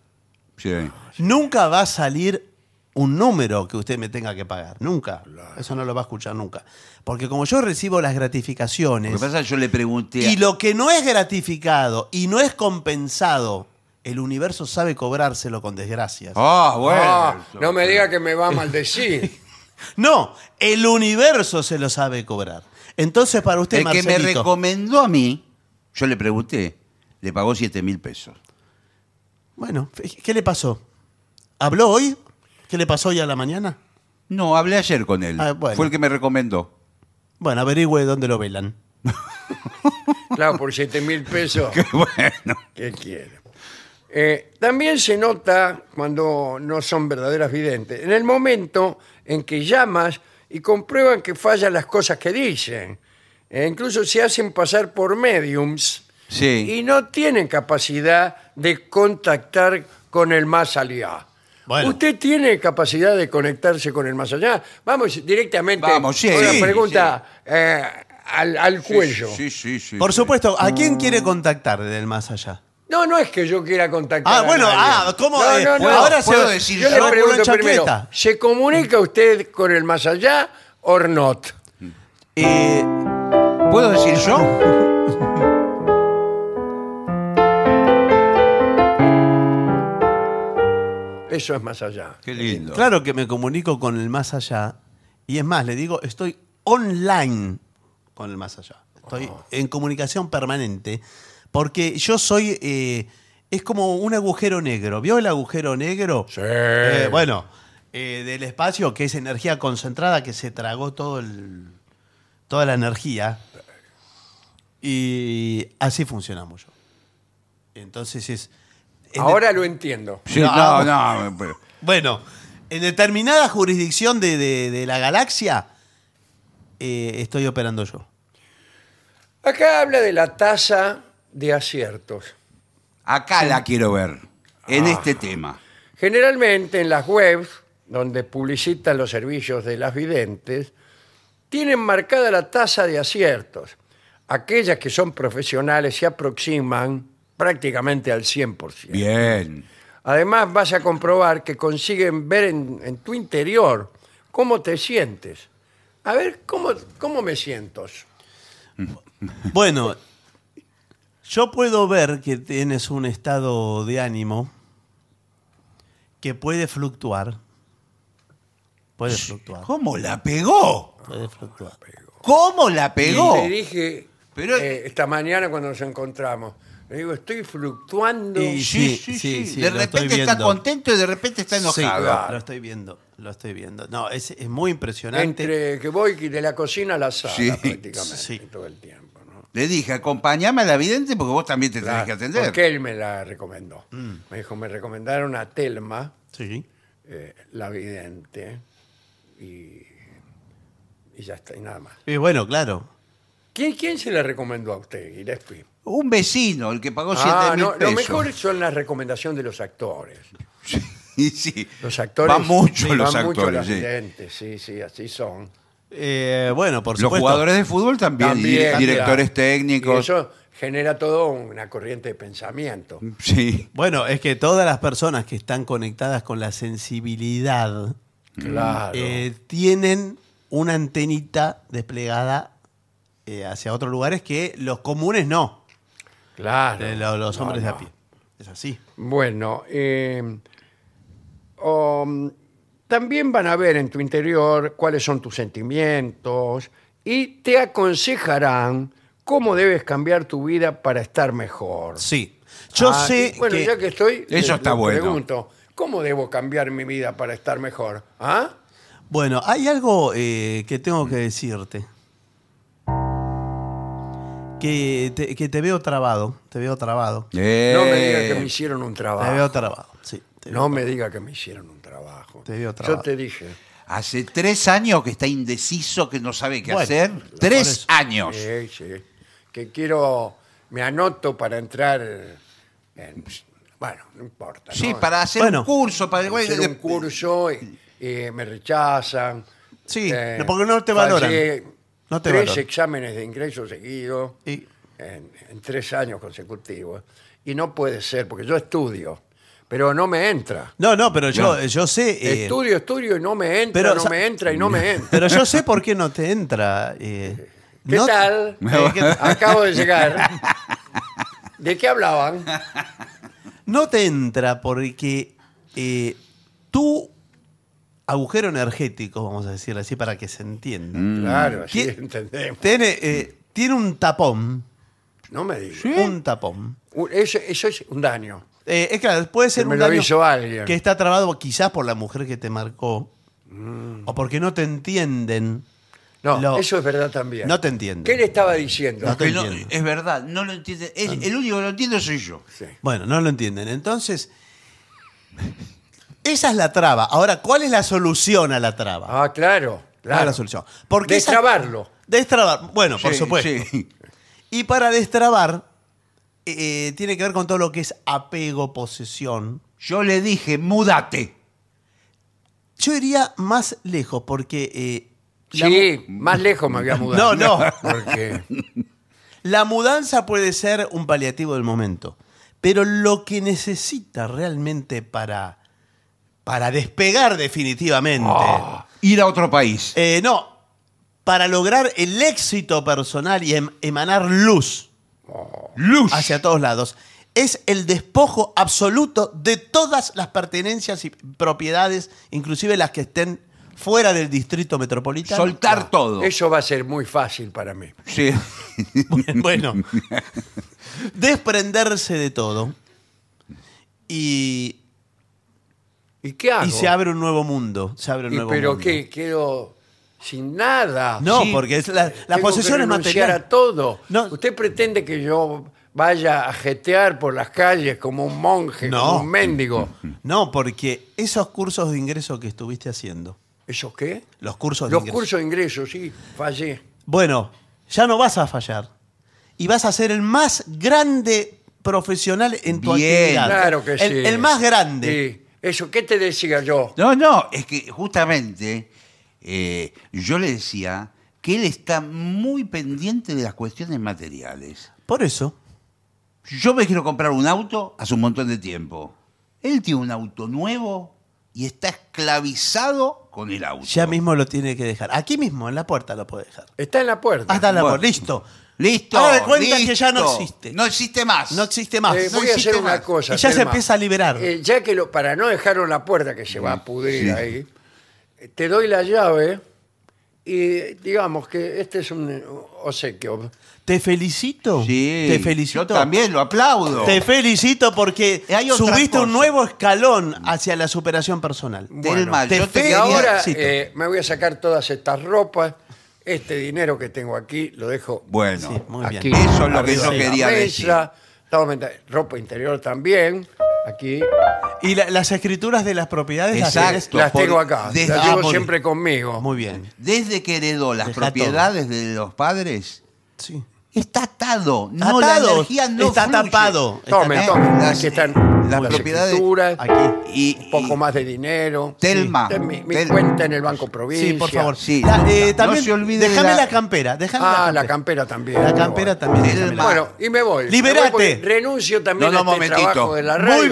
sí. Nunca va a salir un número que usted me tenga que pagar. Nunca. Eso no lo va a escuchar nunca. Porque como yo recibo las Lo que gratificaciones pasa es que yo le pregunté. a- y lo que no es gratificado y no es compensado, el universo sabe cobrárselo con desgracias. Ah, bueno. Ah, no me diga que me va a maldecir. *laughs* No, el universo se lo sabe cobrar. Entonces para usted, El que me Marcelito, recomendó a mí, yo le pregunté, le pagó 7 mil pesos. Bueno, ¿qué le pasó? ¿Habló hoy? ¿Qué le pasó hoy a la mañana? No, hablé ayer con él. Ah, bueno. Fue el que me recomendó. *laughs* Bueno, averigüe dónde lo velan. Claro, por 7 mil pesos. bueno. ¿Qué quiere? Eh, también se nota cuando no son verdaderas videntes. En el momento en que llamas y comprueban que fallan las cosas que dicen. Eh, incluso se hacen pasar por mediums Sí. y no tienen capacidad de contactar con el más allá. Bueno. Usted tiene capacidad de conectarse con el más allá. Vamos directamente Vamos, sí, con la sí, pregunta eh, al, al cuello. Sí, sí, sí. Mm. Por sí. supuesto, ¿a quién quiere contactar desde el más allá? No, no es que yo quiera contactar. Ah, a bueno, nadie. ah, ¿cómo? No, eh? no, no. Ahora se puedo va- decir Yo se le va con pregunto una primero, chancleta. ¿se comunica usted con el más allá o not? Eh, ¿Puedo decir yo? Eso es más allá. Qué lindo. Claro que me comunico con el más allá. Y es más, le digo, estoy online con el más allá. Estoy Oh. en comunicación permanente. Porque yo soy. eh, es como un agujero negro. ¿Vio el agujero negro? Sí. Eh, bueno, eh, del espacio, que es energía concentrada que se tragó todo el, toda la energía. Y así funcionamos yo. Entonces es. en Ahora lo entiendo. Sí, No. no, no. pero- bueno, en determinada jurisdicción de, de- de la galaxia eh, estoy operando yo. Acá habla de la tasa de aciertos. Acá la quiero ver. En Ah. este tema. Generalmente en las webs donde publicitan los servicios de las videntes, tienen marcada la tasa de aciertos. Aquellas que son profesionales se aproximan prácticamente al 100%. Bien. Además vas a comprobar que consiguen ver en, en tu interior cómo te sientes. A ver, ¿cómo, cómo me siento? Bueno, yo puedo ver que tienes un estado de ánimo que puede fluctuar. Puede fluctuar. ¿Cómo la pegó? Puede fluctuar. ¿Cómo la pegó? Te dije Pero- eh, esta mañana cuando nos encontramos. Le digo, estoy fluctuando. Y- Sí, sí, Sí, sí. sí, sí, de lo estoy repente está viendo. contento y de repente está Sí, enojado. lo estoy viendo, lo estoy viendo. No, es, es muy impresionante. entre que voy de la cocina a la sala Sí, prácticamente sí. todo el tiempo. ¿no? Le dije, acompañame a la vidente porque vos también te tenés que atender. Mm. Porque él me la recomendó. Me dijo, me recomendaron a Telma, Sí. eh, la vidente, y, y ya está, y nada más. Y bueno, claro. ¿Quién, quién se la recomendó a usted, Gillespie? Un vecino, el que pagó Ah, 7 mil no, pesos. lo *laughs* mejor son las recomendaciones de los actores. Sí, sí. Los actores Van mucho sí, los van mucho actores, los sí. videntes, sí, sí, así son. Eh, bueno, por Los supuesto. jugadores de fútbol también, También, dir- directores claro. Y técnicos. eso genera todo una corriente de pensamiento. Mm. Sí, Bueno, es que todas las personas que están conectadas con la sensibilidad Claro. eh, tienen una antenita desplegada eh, hacia otros lugares que los comunes no, claro. eh, lo- los No, hombres de no. a pie. Es así. Bueno, eh, um, también van a ver en tu interior cuáles son tus sentimientos y te aconsejarán cómo debes cambiar tu vida para estar mejor. Sí. Yo Ah, sé y Bueno, que, ya que estoy. Eso le- está le bueno. Pregunto, ¿cómo debo cambiar mi vida para estar mejor? ¿Ah? Bueno, hay algo eh, que tengo que decirte. Que te, que te veo trabado, te veo trabado. No me Eh, diga que me hicieron un Te veo trabajo. trabado, sí. te veo No me diga que me hicieron un trabajo. Te veo Yo trabajo. te dije. Hace tres años que está indeciso, que no sabe qué Bueno, hacer. por Tres eso. años. Sí, sí. Que quiero. Me anoto para entrar. en- bueno, no importa. Sí, ¿no? para hacer Bueno. un curso, para hacer un curso y, y me rechazan. Eh, Sí, no, porque no te valoran. fallé No te tres valoran. exámenes de ingreso seguidos Y- en, en tres años consecutivos. Y no puede ser, porque yo estudio, pero no me entra. No, no, pero yo, No. yo sé. eh, estudio, estudio y no me entra, pero no sa- me entra y no *laughs* me entra. pero yo sé por qué no te entra. eh. *laughs* ¿Qué No- *laughs* tal? Eh, *laughs* ¿qué tal? Acabo de *laughs* llegar. ¿De qué hablaban? No te entra porque eh, tu agujero energético, vamos a decir así Mm. para que se entienda, Claro, así Mm. ¿Qué- entendemos. tiene, eh, tiene un tapón No me digas. Un tapón. Un- Eso, eso es un daño. Eh, es claro, puede ser Que me un lo daño hizo alguien. que está trabado quizás por la mujer que te marcó Mm. o porque no te entienden. No, Lo- eso es verdad también. No te entienden. ¿Qué le estaba diciendo? No te- Que no- entiendo. es verdad, no lo entiende. es- el único que lo entiende soy yo. Sí. Bueno, no lo entienden. Entonces, esa es la traba. Ahora, ¿cuál es la solución a la traba? Ah, claro. ¿Cuál es claro. la solución? Porque esa- Destrabarlo. Destrabar. Bueno, por Sí, supuesto. sí. Y para destrabar, eh, tiene que ver con todo lo que es apego, posesión. Yo le dije, múdate. Yo iría más lejos porque eh, la, Sí, más lejos me había mudado. *laughs* No, no. *laughs* *laughs* Porque la mudanza puede ser un paliativo del momento. Pero lo que necesita realmente para, para despegar definitivamente, Ah, ir a otro país. eh, no, para lograr el éxito personal y em- emanar luz Oh. Luz. hacia todos lados, es el despojo absoluto de todas las pertenencias y propiedades, inclusive las que estén fuera del distrito metropolitano. Soltar todo. eso va a ser muy fácil para mí. Sí. *laughs* Bueno, desprenderse de todo y, ¿Y qué hago? y se abre un nuevo mundo. Se abre un Y nuevo pero mundo. qué, quedo sin nada. No, Sí, porque es la, la tengo posesión que es renunciar material. a todo. No. Usted pretende que yo vaya a jetear por las calles como un monje, No. como un mendigo. *laughs* No, porque esos cursos de ingreso que estuviste haciendo, ¿Eso qué? los cursos de Los ingreso. cursos de ingreso, sí, fallé. Bueno, ya no vas a fallar. Y vas a ser el más grande profesional en tu Bien. actividad. Claro que el, sí. El más grande. Sí. Eso, ¿qué te decía yo? No, no, es que justamente eh, yo le decía que él está muy pendiente de las cuestiones materiales. Por eso. Yo me quiero comprar un auto hace un montón de tiempo. Él tiene un auto nuevo y está esclavizado con el auto. Ya mismo lo tiene que dejar. Aquí mismo, en la puerta lo puede dejar. Está en la puerta. Hasta la Bueno. puerta. Listo. Listo. Haga de cuenta listo. que ya no existe. No existe más. No existe más. Eh, No voy a hacer existe una más. cosa. Y ya se Telma. empieza a liberar. Eh, ya que lo, para no dejaron la puerta que se va a pudrir Sí. ahí, eh, te doy la llave y digamos que este es un eh, obsequio. Te felicito. Sí, Te felicito. Yo también lo aplaudo. Te felicito porque Hay otra subiste un cosa. nuevo escalón hacia la superación personal. Telma, te yo te fe- Y quería- ahora felicito. eh, me voy a sacar todas estas ropas, este dinero que tengo aquí lo dejo Bueno, Sí, muy bien. aquí. Eso es lo que arriba yo de la quería mesa. Estaba aumenta- ropa interior también, aquí. Y la- las escrituras de las propiedades las Exacto. tenés- Las por- tengo acá, desde- las Ah, llevo muy siempre conmigo. Muy bien. desde que heredó las Deja propiedades de los padres, Sí. está atado. No, Atado. la energía no Está fluye. tapado. Tome, Está- tome. las- eh, Aquí están las las propiedades- escrituras, Aquí. Y, un poco más de dinero. Telma. Ten Mi, mi Tel- cuenta en el Banco Provincia. Sí, por favor. Sí. La- eh, No también, se olvide déjame la... la- campera. Déjame Ah, la la campera. campera también. La campera también. El déjame la- mar. Bueno, y me voy. Liberate. Me voy porque renuncio también No, no, a este momentito. trabajo de la Muy radio.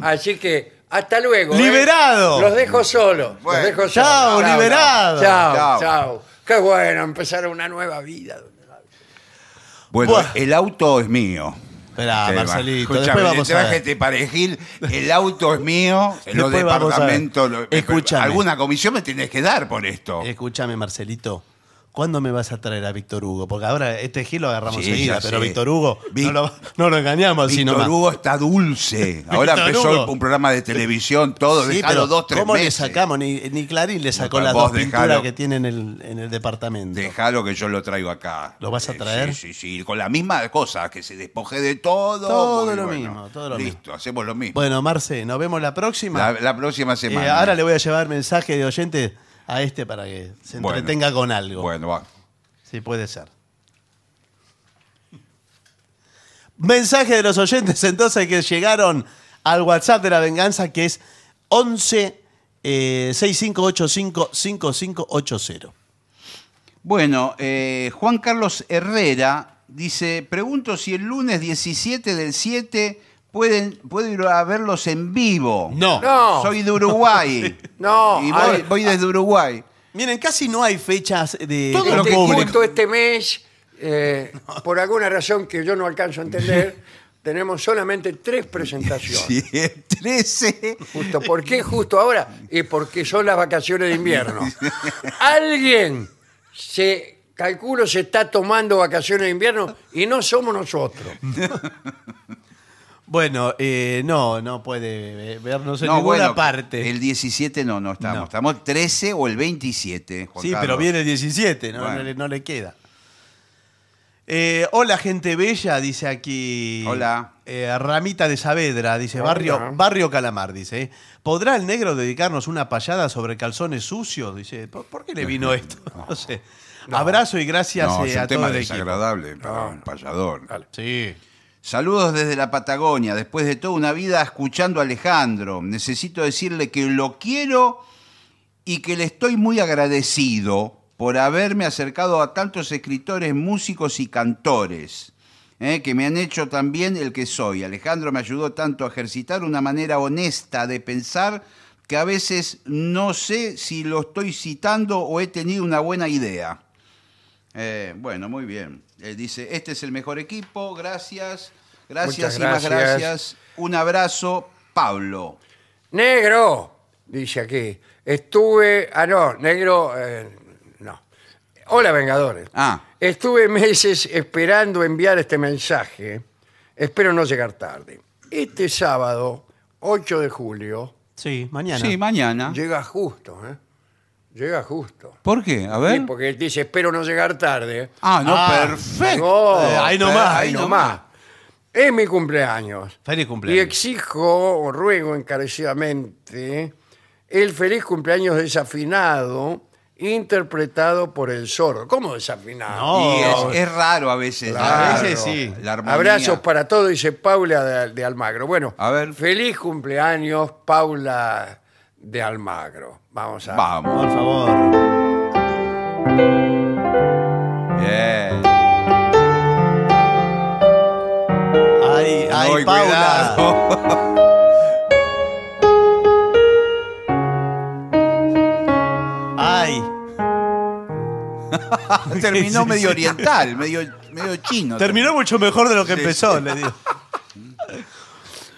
Momen- Así que hasta luego. ¿eh? Liberado. Los dejo solo. Bueno. Los dejo solo. Chao, liberado. Chao, chao. Chao. Qué bueno empezar una nueva vida. Bueno, Buah. el auto es mío. Esperá, Telma. Marcelito, Escuchame, después vamos te a vas ver. este parejil, el auto es mío, los Después vamos a ver. departamentos... lo- Escúchame. Eh, Alguna comisión me tienes que dar por esto. Escúchame, Marcelito. ¿Cuándo me vas a traer a Víctor Hugo? Porque ahora este gil lo agarramos Sí, seguida, ya pero sé. Víctor Hugo Vic- no, lo, no lo engañamos así Víctor nomás. Hugo está dulce. *laughs* Ahora Víctor empezó Hugo. un programa de televisión, todo, Sí, dejalo pero dos, tres ¿Cómo meses. le sacamos? Ni, ni Clarín le sacó No, las vos dos pinturas dejalo. que tiene en el, en el departamento. Dejalo que yo lo traigo acá. ¿Lo vas a Eh, traer? Sí, sí, sí. Con la misma cosa, que se despoje de todo. Todo muy lo mismo, todo lo Listo, mismo. hacemos lo mismo. Bueno, Marce, nos vemos la próxima. la, la próxima Eh, semana. ahora le voy a llevar mensaje de oyente a este para que se Bueno. entretenga con algo. Bueno, va. Sí, puede ser. Mensaje de los oyentes entonces que llegaron al WhatsApp de la venganza que es 11 eh, 6585 5580. Bueno, eh, Juan Carlos Herrera dice, pregunto si el lunes 17 del 7 pueden, puedo ir a verlos en vivo. No. No. Soy de Uruguay. *laughs* No, Y ahora- voy, voy desde Uruguay. Miren, casi no hay fechas de Todo de lo que público. Justo este mes, eh, por alguna razón que yo no alcanzo a *laughs* entender, tenemos solamente tres presentaciones. Sí, *laughs* 13. Justo, ¿por qué justo ahora? *laughs* Y porque son las vacaciones de invierno. Alguien se Calculo se está tomando vacaciones de invierno y no somos nosotros. Bueno, eh, no, no puede eh, vernos en No, ninguna bueno, parte. El 17 no, no estamos. No. Estamos el 13 o el 27, Juan Sí, pero Carlos. viene el 17, no, Bueno. no le, no le queda. Eh, hola, gente bella, dice aquí. Hola. eh, Ramita de Saavedra, dice barrio, barrio Calamar, dice. eh. ¿Podrá el negro dedicarnos una payada sobre calzones sucios? Dice, ¿por, por qué le vino esto? *laughs* No sé. Abrazo y gracias No, eh, es a un todo tema el equipo. desagradable para un payador. Sí. Saludos desde la Patagonia. Después de toda una vida escuchando a Alejandro, necesito decirle que lo quiero y que le estoy muy agradecido por haberme acercado a tantos escritores, músicos y cantores eh, que me han hecho también el que soy. Alejandro me ayudó tanto a ejercitar una manera honesta de pensar que a veces no sé si lo estoy citando o he tenido una buena idea. Eh, bueno, muy bien. Eh, dice, este es el mejor equipo, gracias, Muchas gracias y más gracias. gracias. Un abrazo, Pablo. Negro, dice aquí. Estuve. Ah, no, negro. eh, no. Hola, Vengadores. Ah. Estuve meses esperando enviar este mensaje. Espero no llegar tarde. Este sábado, 8 de julio, Sí, mañana. Sí, mañana. llega justo, ¿eh? Llega justo. ¿Por qué? A ver. Sí, porque él dice, espero no llegar tarde. Ah, no, Ah, perfecto. No, Eh, ahí nomás, ahí ahí nomás. Es mi cumpleaños. Feliz Y cumpleaños. exijo o ruego encarecidamente el feliz cumpleaños desafinado interpretado por el sordo. ¿Cómo desafinado? No, Y Oh. es, es raro a veces. Claro. A veces sí. La armonía. Abrazos para todos, dice Paula de, de Almagro. Bueno, A ver. feliz cumpleaños, Paula de Almagro. Vamos a Vamos. Por favor. Bien. Ay, ay, Ay, Paula. cuidado. Ay. *laughs* *laughs* Terminó Sí, medio sí. oriental, medio, medio chino. Terminó mucho mejor de lo que Sí. empezó, le digo.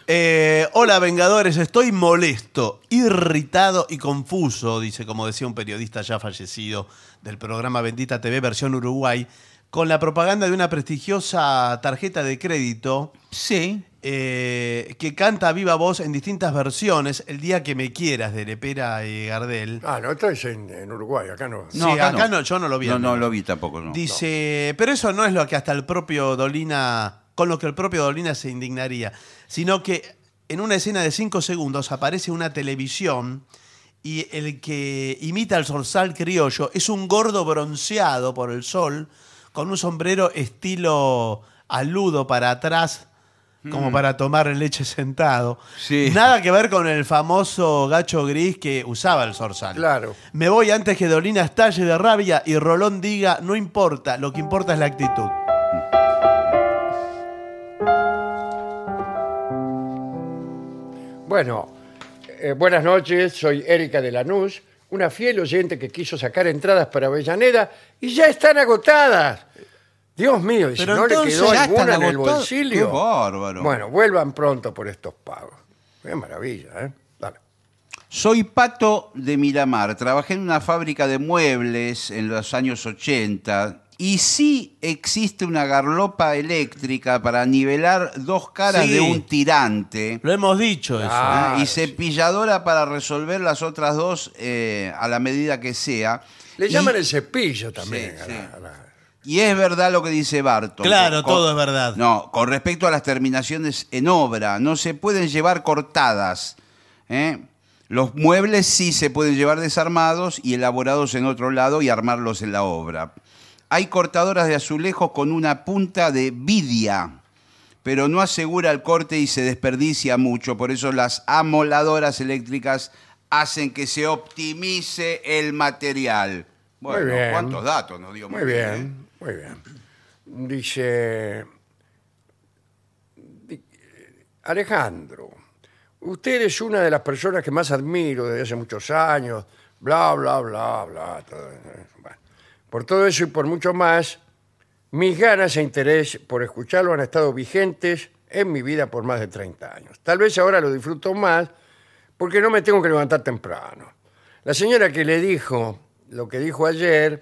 Eh, hola, Vengadores, estoy molesto, irritado y confuso, dice, como decía un periodista ya fallecido del programa Bendita TV versión Uruguay, con la propaganda de una prestigiosa tarjeta de crédito Sí. eh, que canta a viva voz en distintas versiones, El día que me quieras, de Lepera y Gardel. Ah, no, esto es en, en Uruguay, acá no. Sí, acá no, yo no lo vi, No, al no menos. lo vi tampoco. no. Dice, pero eso no es lo que hasta el propio Dolina, con lo que el propio Dolina se indignaría, sino que en una escena de cinco segundos aparece una televisión y el que imita al zorzal criollo es un gordo bronceado por el sol, con un sombrero estilo aludo para atrás, como para tomar leche sentado. Mm. Sí. Nada que ver con el famoso gacho gris que usaba el zorzal. Claro. Me voy antes que Dolina estalle de rabia y Rolón diga, no importa, lo que importa es la actitud. Bueno, eh, buenas noches, soy Erika de Lanús, una fiel oyente que quiso sacar entradas para Avellaneda y ya están agotadas. Dios mío, y si Pero no le entonces quedó ya alguna están en el agotadas. bolsillo. Qué bárbaro. Bueno, vuelvan pronto por estos pagos. Qué maravilla, ¿eh? Dale. Soy Pato de Miramar. Trabajé en una fábrica de muebles en los años 80 y sí existe una garlopa eléctrica para nivelar dos caras Sí. de un tirante Lo hemos dicho eso. Ah. ¿eh? y sí. cepilladora para resolver las otras dos eh, a la medida que sea. Le Y- llaman el cepillo también. Sí, a la- a la- Y es verdad lo que dice Barton. Claro, todo es verdad. No, con respecto a las terminaciones en obra, no se pueden llevar cortadas. ¿eh? Los muebles sí se pueden llevar desarmados y elaborados en otro lado y armarlos en la obra. Hay cortadoras de azulejos con una punta de vidia, pero no asegura el corte y se desperdicia mucho. Por eso las amoladoras eléctricas hacen que se optimice el material. Muy Bueno, bien. ¿cuántos datos nos dio? ¿eh? Muy bien, muy bien. Dice di- Alejandro, usted es una de las personas que más admiro desde hace muchos años, bla, bla, bla, bla. todo eso. ¿eh? Bueno, por todo eso y por mucho más, mis ganas e interés por escucharlo han estado vigentes en mi vida por más de 30 años. Tal vez ahora lo disfruto más porque no me tengo que levantar temprano. La señora que le dijo lo que dijo ayer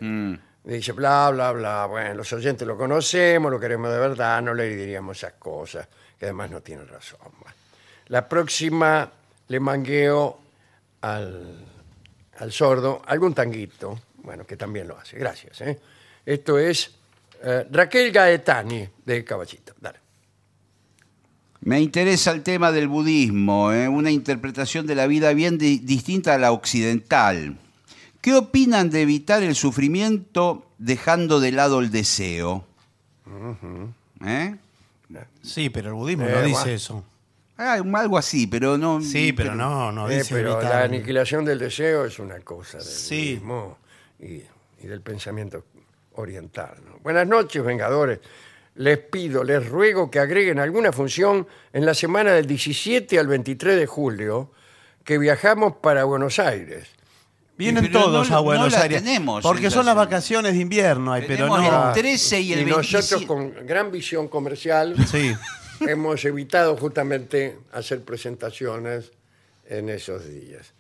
Dice, bla, bla, bla. Bueno, los oyentes lo conocemos, lo queremos de verdad, no le diríamos esas cosas, que además no tiene razón. Bueno. La próxima le mangueo al, al sordo algún tanguito, bueno, que también lo hace. Gracias. ¿eh? Esto es eh, Raquel Gaetani de Caballito. Dale. Me interesa el tema del budismo, ¿eh? una interpretación de la vida bien di- distinta a la occidental. ¿Qué opinan de evitar el sufrimiento dejando de lado el deseo? ¿Eh? Sí, pero el budismo Eh, no bueno. dice eso. Ah, algo así, pero no. Sí, pero no, no Eh, dice pero evitar- la aniquilación del deseo es una cosa del Sí. budismo y, y del pensamiento oriental. ¿no? Buenas noches, vengadores. Les pido, les ruego que agreguen alguna función en la semana del 17 al 23 de julio que viajamos para Buenos Aires. Vienen Pero no- todos a no Buenos la Aires. tenemos, porque esa son las semana. vacaciones de invierno, ay, pero Tenemos no. el 13 y el nosotros 27. con gran visión comercial Sí. hemos evitado justamente hacer presentaciones en esos días.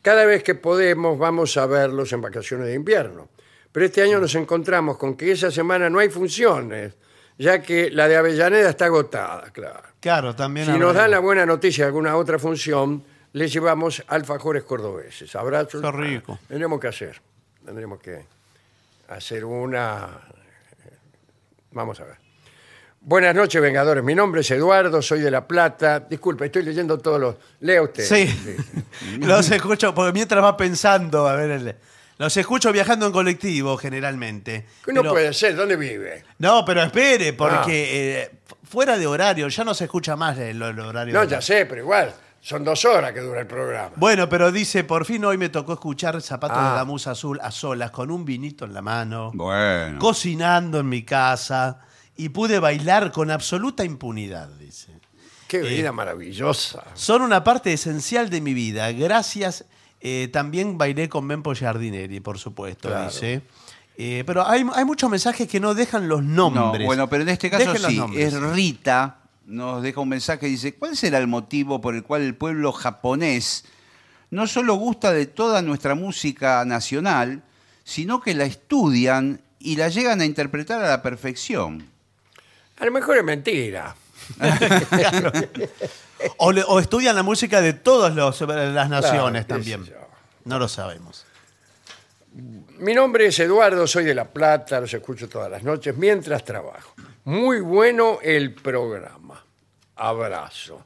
Cada vez que podemos vamos a verlos en vacaciones de invierno, pero este año nos encontramos con que esa semana no hay funciones, ya que la de Avellaneda está agotada, claro. Claro, también. Si nos habrá- dan la buena noticia de alguna otra función, le llevamos alfajores cordobeses. Abrazos. Está rico. Tendremos que hacer. Tendremos que hacer una. Vamos a ver. Buenas noches, Vengadores. Mi nombre es Eduardo, soy de La Plata. Disculpe, estoy leyendo todos los. Lea usted. Sí. *laughs* los escucho, porque mientras va pensando, a ver, el- los escucho viajando en colectivo generalmente. Que No Pero- puede ser, ¿dónde vive? No, pero espere, porque Ah. eh, fu- fuera de horario, ya no se escucha más el, el horario. No, de- ya sé, pero igual. Son dos horas que dura el programa. Bueno, pero dice, por fin hoy me tocó escuchar Zapatos Ah. de la Musa Azul a solas, con un vinito en la mano, Bueno. cocinando en mi casa, y pude bailar con absoluta impunidad, dice. Qué vida maravillosa. Son una parte esencial de mi vida. Gracias. eh, también bailé con Mempo Giardinelli, por supuesto, Claro. dice. Eh, pero hay, hay muchos mensajes que no dejan los nombres. No, bueno, pero en este caso Dejen los sí, nombres. es Rita, nos deja un mensaje y dice, ¿cuál será el motivo por el cual el pueblo japonés no solo gusta de toda nuestra música nacional, sino que la estudian y la llegan a interpretar a la perfección? A lo mejor es mentira. O, le- o estudian la música de todas los- las naciones qué también. sé yo. No lo sabemos. Mi nombre es Eduardo, soy de La Plata, los escucho todas las noches mientras trabajo. Muy bueno el programa. Abrazo.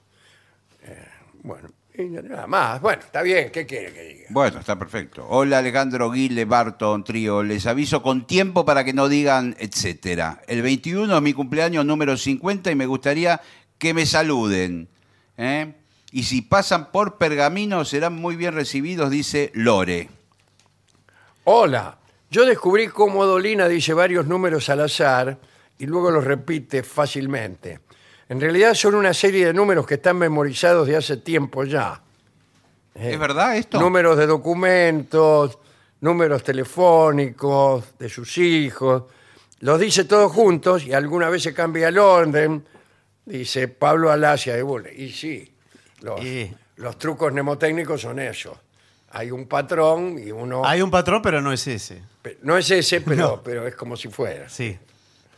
Eh, bueno, y nada más. Bueno, está bien, ¿qué quiere que diga? Bueno, está perfecto. Hola Alejandro Guille, Barton, Trío. Les aviso con tiempo para que no digan etcétera. El 21 es mi cumpleaños número 50 y me gustaría que me saluden. ¿eh? Y si pasan por pergamino serán muy bien recibidos, dice Lore. Hola, yo descubrí cómo Dolina dice varios números al azar y luego los repite fácilmente. En realidad son una serie de números que están memorizados de hace tiempo ya. Eh, ¿Es verdad esto? Números de documentos, números telefónicos de sus hijos. Los dice todos juntos y alguna vez se cambia el orden. Dice Pablo Alasia de Bule. Y sí, los, Y- los trucos mnemotécnicos son esos. Hay un patrón y uno... Hay un patrón, pero no es ese. pe- No es ese, pero, pero es como si fuera. Sí.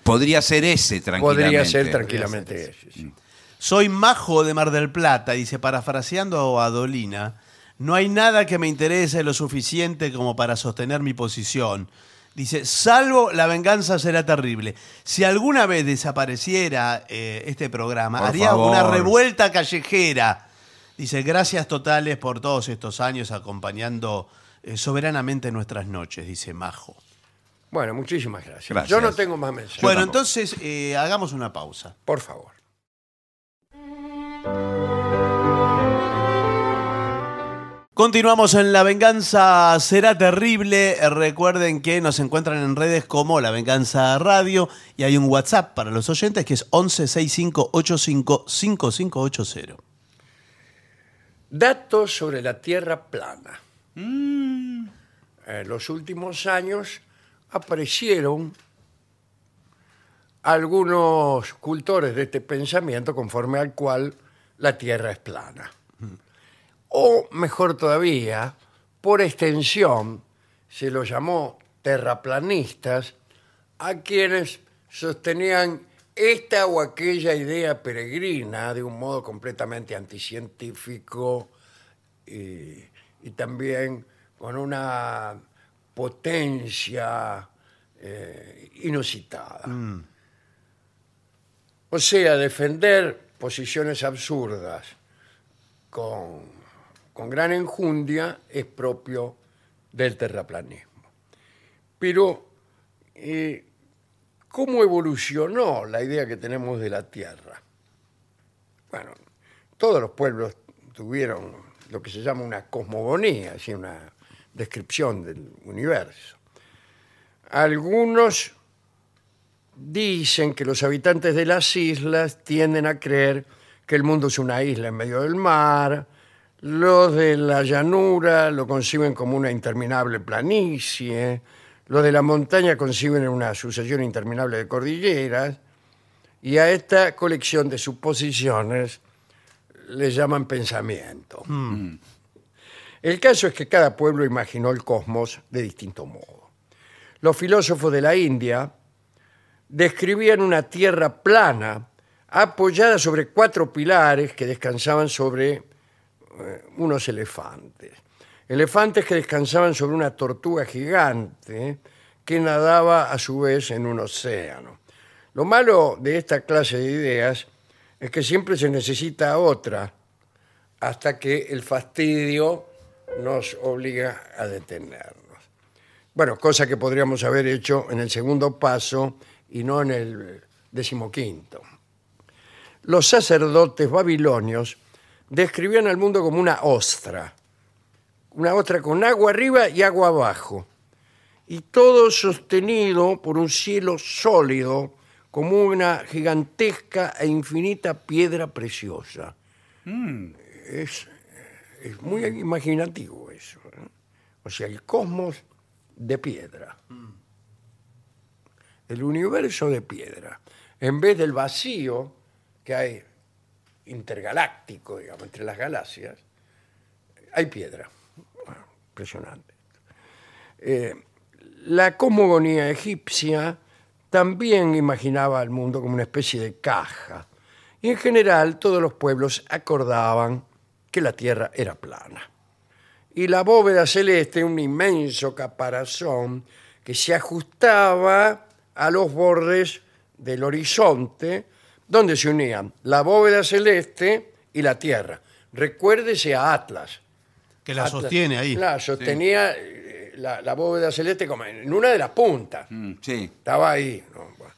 Podría ser ese, tranquilamente. Podría ser tranquilamente ese. sí. Soy majo de Mar del Plata, dice, parafraseando a Dolina. No hay nada que me interese lo suficiente como para sostener mi posición. Dice, salvo la venganza será terrible. Si alguna vez desapareciera eh, este programa, Por haría favor. una revuelta callejera. Dice, gracias totales por todos estos años acompañando eh, soberanamente nuestras noches, dice Majo. Bueno, muchísimas gracias. Gracias. Yo no tengo más mensajes. bueno, tampoco. entonces eh, hagamos una pausa. Por favor. Continuamos en La Venganza Será Terrible. Recuerden que nos encuentran en redes como La Venganza Radio y hay un WhatsApp para los oyentes que es 1165855580. Datos sobre la Tierra plana. En los últimos años aparecieron algunos cultores de este pensamiento conforme al cual la Tierra es plana. O mejor todavía, por extensión, se lo llamó terraplanistas a quienes sostenían esta o aquella idea peregrina de un modo completamente anticientífico y, y también con una potencia eh, inusitada. O sea, defender posiciones absurdas con, con gran enjundia es propio del terraplanismo. Pero, eh, ¿cómo evolucionó la idea que tenemos de la Tierra? Bueno, todos los pueblos tuvieron lo que se llama una cosmogonía, así una descripción del universo. Algunos dicen que los habitantes de las islas tienden a creer que el mundo es una isla en medio del mar, los de la llanura lo conciben como una interminable planicie, los de la montaña conciben una sucesión interminable de cordilleras, y a esta colección de suposiciones le llaman pensamiento. El caso es que cada pueblo imaginó el cosmos de distinto modo. Los filósofos de la India describían una tierra plana apoyada sobre cuatro pilares que descansaban sobre eh, unos elefantes. Elefantes que descansaban sobre una tortuga gigante que nadaba a su vez en un océano. Lo malo de esta clase de ideas es que siempre se necesita otra hasta que el fastidio nos obliga a detenernos. Bueno, cosa que podríamos haber hecho en el segundo paso y no en el eh, decimoquinto. Los sacerdotes babilonios describían al mundo como una ostra, una ostra con agua arriba y agua abajo, y todo sostenido por un cielo sólido como una gigantesca e infinita piedra preciosa. Es es muy imaginativo eso. ¿eh? O sea, el cosmos de piedra. El universo de piedra. En vez del vacío que hay intergaláctico, digamos, entre las galaxias, hay piedra. Bueno, impresionante. Eh, la cosmogonía egipcia también imaginaba al mundo como una especie de caja. Y en general todos los pueblos acordaban que la Tierra era plana. Y la bóveda celeste, un inmenso caparazón que se ajustaba a los bordes del horizonte, donde se unían la bóveda celeste y la Tierra. Recuérdese a Atlas. Que la Atlas- sostiene ahí. La sostenía eh, la, la bóveda celeste como en una de las puntas. Mm, sí. Estaba ahí. ¿no? Bueno.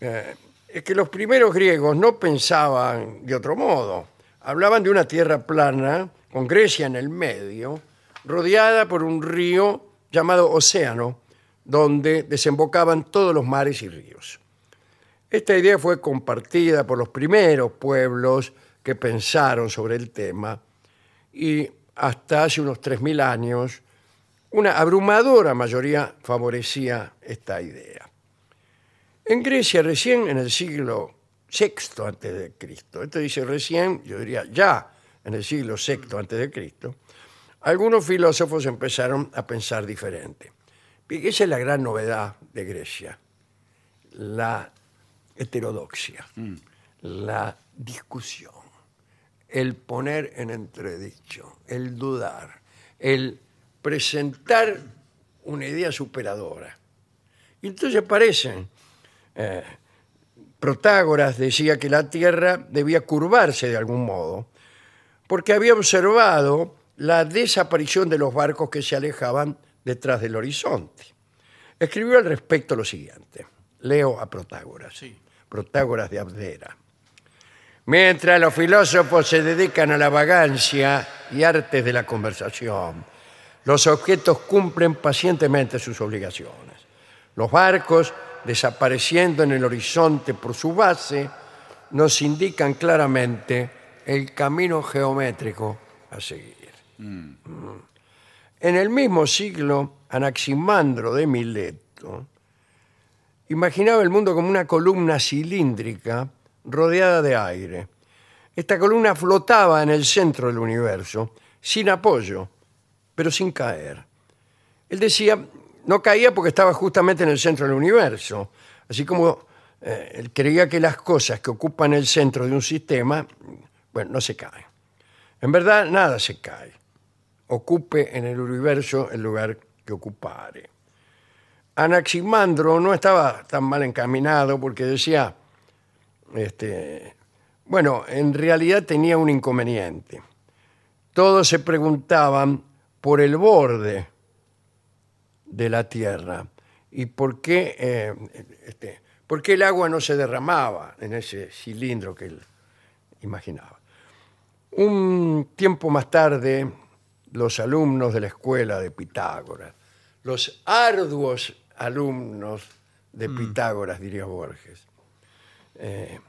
Eh, es que los primeros griegos no pensaban de otro modo. Hablaban de una tierra plana, con Grecia en el medio, rodeada por un río llamado Océano, donde desembocaban todos los mares y ríos. Esta idea fue compartida por los primeros pueblos que pensaron sobre el tema y hasta hace unos 3.000 años una abrumadora mayoría favorecía esta idea. En Grecia recién en el siglo VI antes de Cristo, esto dice recién, yo diría ya en el siglo VI antes de Cristo, algunos filósofos empezaron a pensar diferente. Y esa es la gran novedad de Grecia, la heterodoxia, la discusión, el poner en entredicho, el dudar, el presentar una idea superadora. Y entonces aparecen. eh, Protágoras decía que la Tierra debía curvarse de algún modo, porque había observado la desaparición de los barcos que se alejaban detrás del horizonte. Escribió al respecto lo siguiente. Leo a Protágoras. Protágoras de Abdera. Mientras los filósofos se dedican a la vagancia y artes de la conversación, los objetos cumplen pacientemente sus obligaciones. Los barcos, desapareciendo en el horizonte por su base, nos indican claramente el camino geométrico a seguir. Mm. En el mismo siglo, Anaximandro de Mileto, imaginaba el mundo como una columna cilíndrica rodeada de aire. Esta columna flotaba en el centro del universo, sin apoyo, pero sin caer. Él decía, no caía porque estaba justamente en el centro del universo. Así como eh, él creía que las cosas que ocupan el centro de un sistema, bueno, no se caen. En verdad, nada se cae. Ocupe en el universo el lugar que ocupare. Anaximandro no estaba tan mal encaminado porque decía, este, bueno, en realidad tenía un inconveniente. Todos se preguntaban por el borde de la tierra y por qué, eh, este, por qué el agua no se derramaba en ese cilindro que él imaginaba. Un tiempo más tarde, los alumnos de la escuela de Pitágoras, los arduos alumnos de Pitágoras, diría Borges, eh,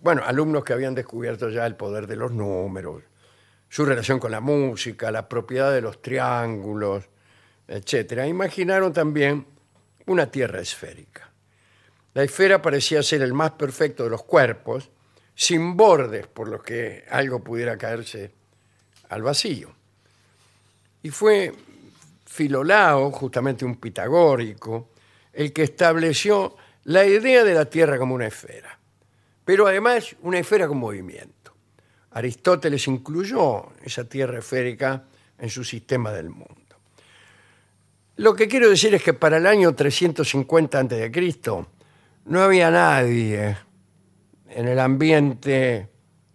bueno, alumnos que habían descubierto ya el poder de los números, su relación con la música, la propiedad de los triángulos, etcétera, imaginaron también una tierra esférica. La esfera parecía ser el más perfecto de los cuerpos, sin bordes por los que algo pudiera caerse al vacío. Y fue Filolao, justamente un pitagórico, el que estableció la idea de la Tierra como una esfera, pero además una esfera con movimiento. Aristóteles incluyó esa Tierra esférica en su sistema del mundo. Lo que quiero decir es que para el año 350 a.C. no había nadie en el ambiente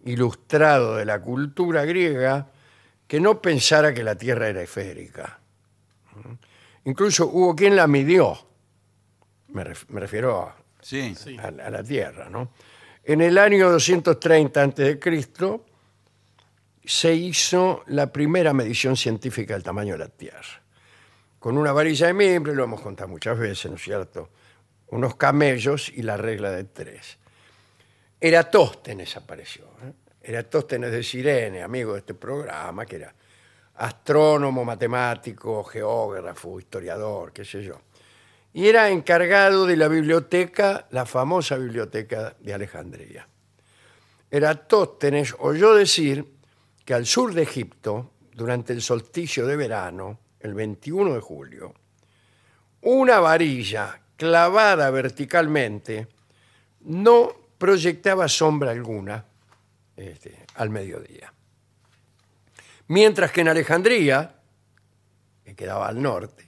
ilustrado de la cultura griega que no pensara que la Tierra era esférica. Incluso hubo quien la midió, me, ref- me refiero a, Sí. a la- a la Tierra, ¿no? En el año 230 a.C. se hizo la primera medición científica del tamaño de la Tierra. Con una varilla de mimbre, lo hemos contado muchas veces, ¿no es cierto? Unos camellos y la regla de tres. Eratóstenes apareció. ¿eh? Eratóstenes de Sirene, amigo de este programa, que era astrónomo, matemático, geógrafo, historiador, qué sé yo y era encargado de la biblioteca, la famosa biblioteca de Alejandría. Eratóstenes oyó decir que al sur de Egipto, durante el solsticio de verano, el 21 de julio, una varilla clavada verticalmente no proyectaba sombra alguna este, al mediodía. Mientras que en Alejandría, que quedaba al norte,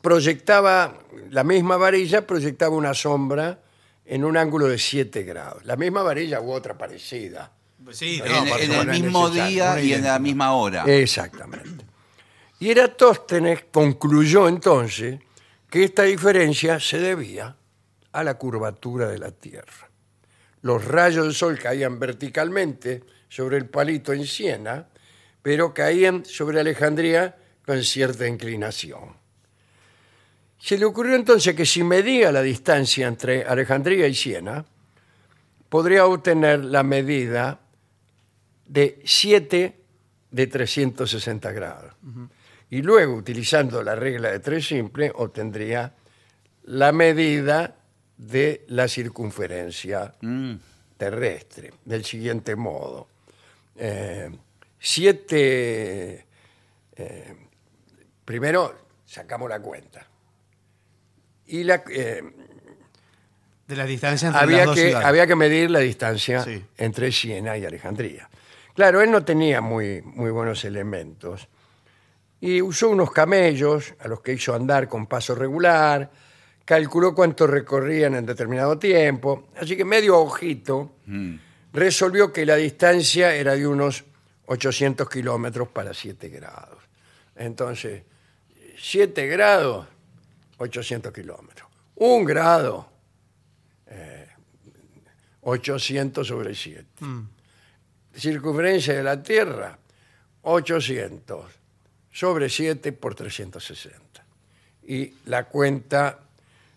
proyectaba, la misma varilla proyectaba una sombra en un ángulo de 7 grados. La misma varilla u otra parecida. Sí, En, no, en por el favor. es mismo necesario, Eh, no día es y en la misma hora. Exactamente. Y Eratóstenes concluyó entonces que esta diferencia se debía a la curvatura de la Tierra. Los rayos del sol caían verticalmente sobre el palito en Siena, pero caían sobre Alejandría con cierta inclinación. Se le ocurrió entonces que si medía la distancia entre Alejandría y Siena, podría obtener la medida de 7 de 360 grados. Y luego, utilizando la regla de 3 simple, obtendría la medida de la circunferencia Mm. terrestre, del siguiente modo. eh, 7, eh, primero sacamos la cuenta. Y la, eh, De la distancia entre las había dos que, ciudades. había que medir la distancia Sí. entre Siena y Alejandría. Claro, él no tenía muy, muy buenos elementos y usó unos camellos a los que hizo andar con paso regular, calculó cuánto recorrían en determinado tiempo, así que medio a ojito Mm. resolvió que la distancia era de unos 800 kilómetros para 7 grados. Entonces, 7 grados, 800 kilómetros. Un grado, 800 sobre 7. Mm. Circunferencia de la Tierra, 800 sobre 7 por 360. Y la cuenta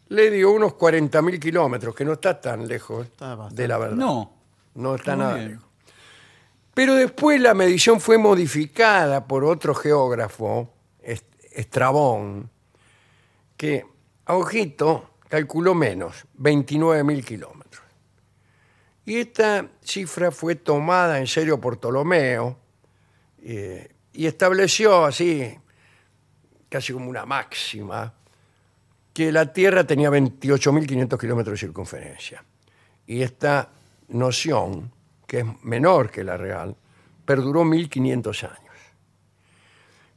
le dio unos 40.000 kilómetros, que no está tan lejos Está bastante. de la verdad. No. No está Muy nada bien. lejos. Pero después la medición fue modificada por otro geógrafo, Est- Estrabón, que a ojito calculó menos, 29.000 kilómetros. Y esta cifra fue tomada en serio por Ptolomeo eh, y estableció así, casi como una máxima, que la Tierra tenía 28.500 kilómetros de circunferencia. Y esta noción, que es menor que la real, perduró 1.500 años.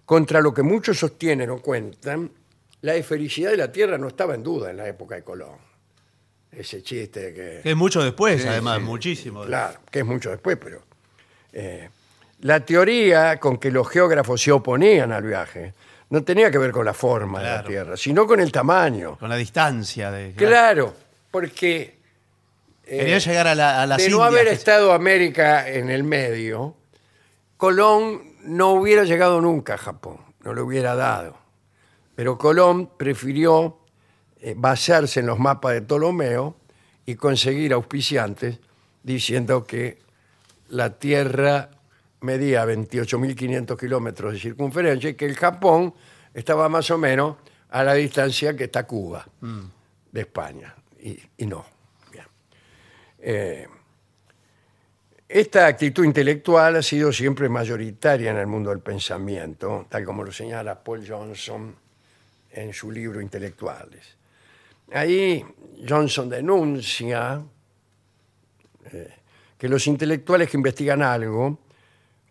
Contra lo que muchos sostienen o cuentan, la esfericidad de la Tierra no estaba en duda en la época de Colón. Ese chiste de que... Que es mucho después, además, muchísimo. Claro, que es mucho después, pero. eh, la teoría con que los geógrafos se oponían al viaje no tenía que ver con la forma de la Claro. Tierra, sino con el tamaño. Con la distancia. De, Claro, porque eh, Quería llegar a la, a las de no Indias, haber que- estado América en el medio, Colón no hubiera llegado nunca a Japón, no lo hubiera dado. Pero Colón prefirió eh, basarse en los mapas de Ptolomeo y conseguir auspiciantes diciendo que la Tierra medía 28.500 kilómetros de circunferencia y que el Japón estaba más o menos a la distancia que está Cuba Mm. de España. Y, y no. Bien. Eh, esta actitud intelectual ha sido siempre mayoritaria en el mundo del pensamiento, tal como lo señala Paul Johnson en su libro Intelectuales. Ahí Johnson denuncia eh, que los intelectuales que investigan algo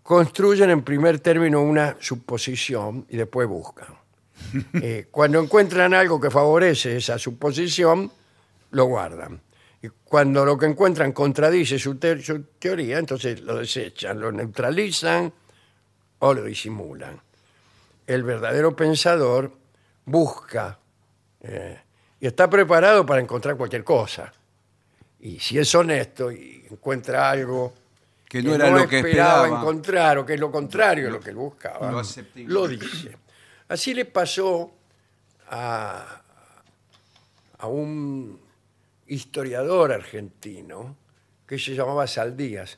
construyen en primer término una suposición y *laughs* después buscan. Eh, cuando encuentran algo que favorece esa suposición, lo guardan. Y cuando lo que encuentran contradice su, te- su teoría, entonces lo desechan, lo neutralizan o lo disimulan. El verdadero pensador busca eh, y está preparado para encontrar cualquier cosa. Y si es honesto y encuentra algo Que no era lo que esperaba. encontrar o que es lo contrario a lo que él buscaba, Lo aceptable. lo dice. Así le pasó a, a un historiador argentino que se llamaba Saldías,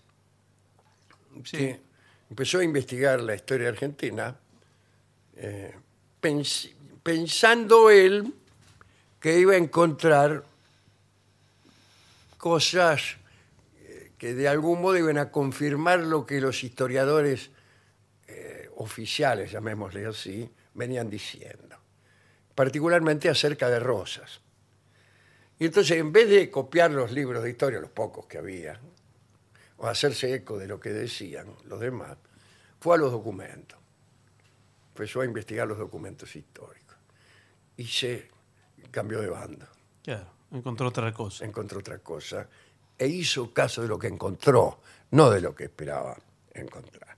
que empezó a investigar la historia argentina eh, pens- pensando él que iba a encontrar cosas eh, que de algún modo iban a confirmar lo que los historiadores eh, oficiales, llamémosle así, venían diciendo, particularmente acerca de Rosas. Y entonces, en vez de copiar los libros de historia, los pocos que había, o hacerse eco de lo que decían los demás, fue a los documentos. Empezó a investigar los documentos históricos. Y se cambió de bando Claro, encontró otra cosa. encontró otra cosa e hizo caso de lo que encontró, no de lo que esperaba encontrar.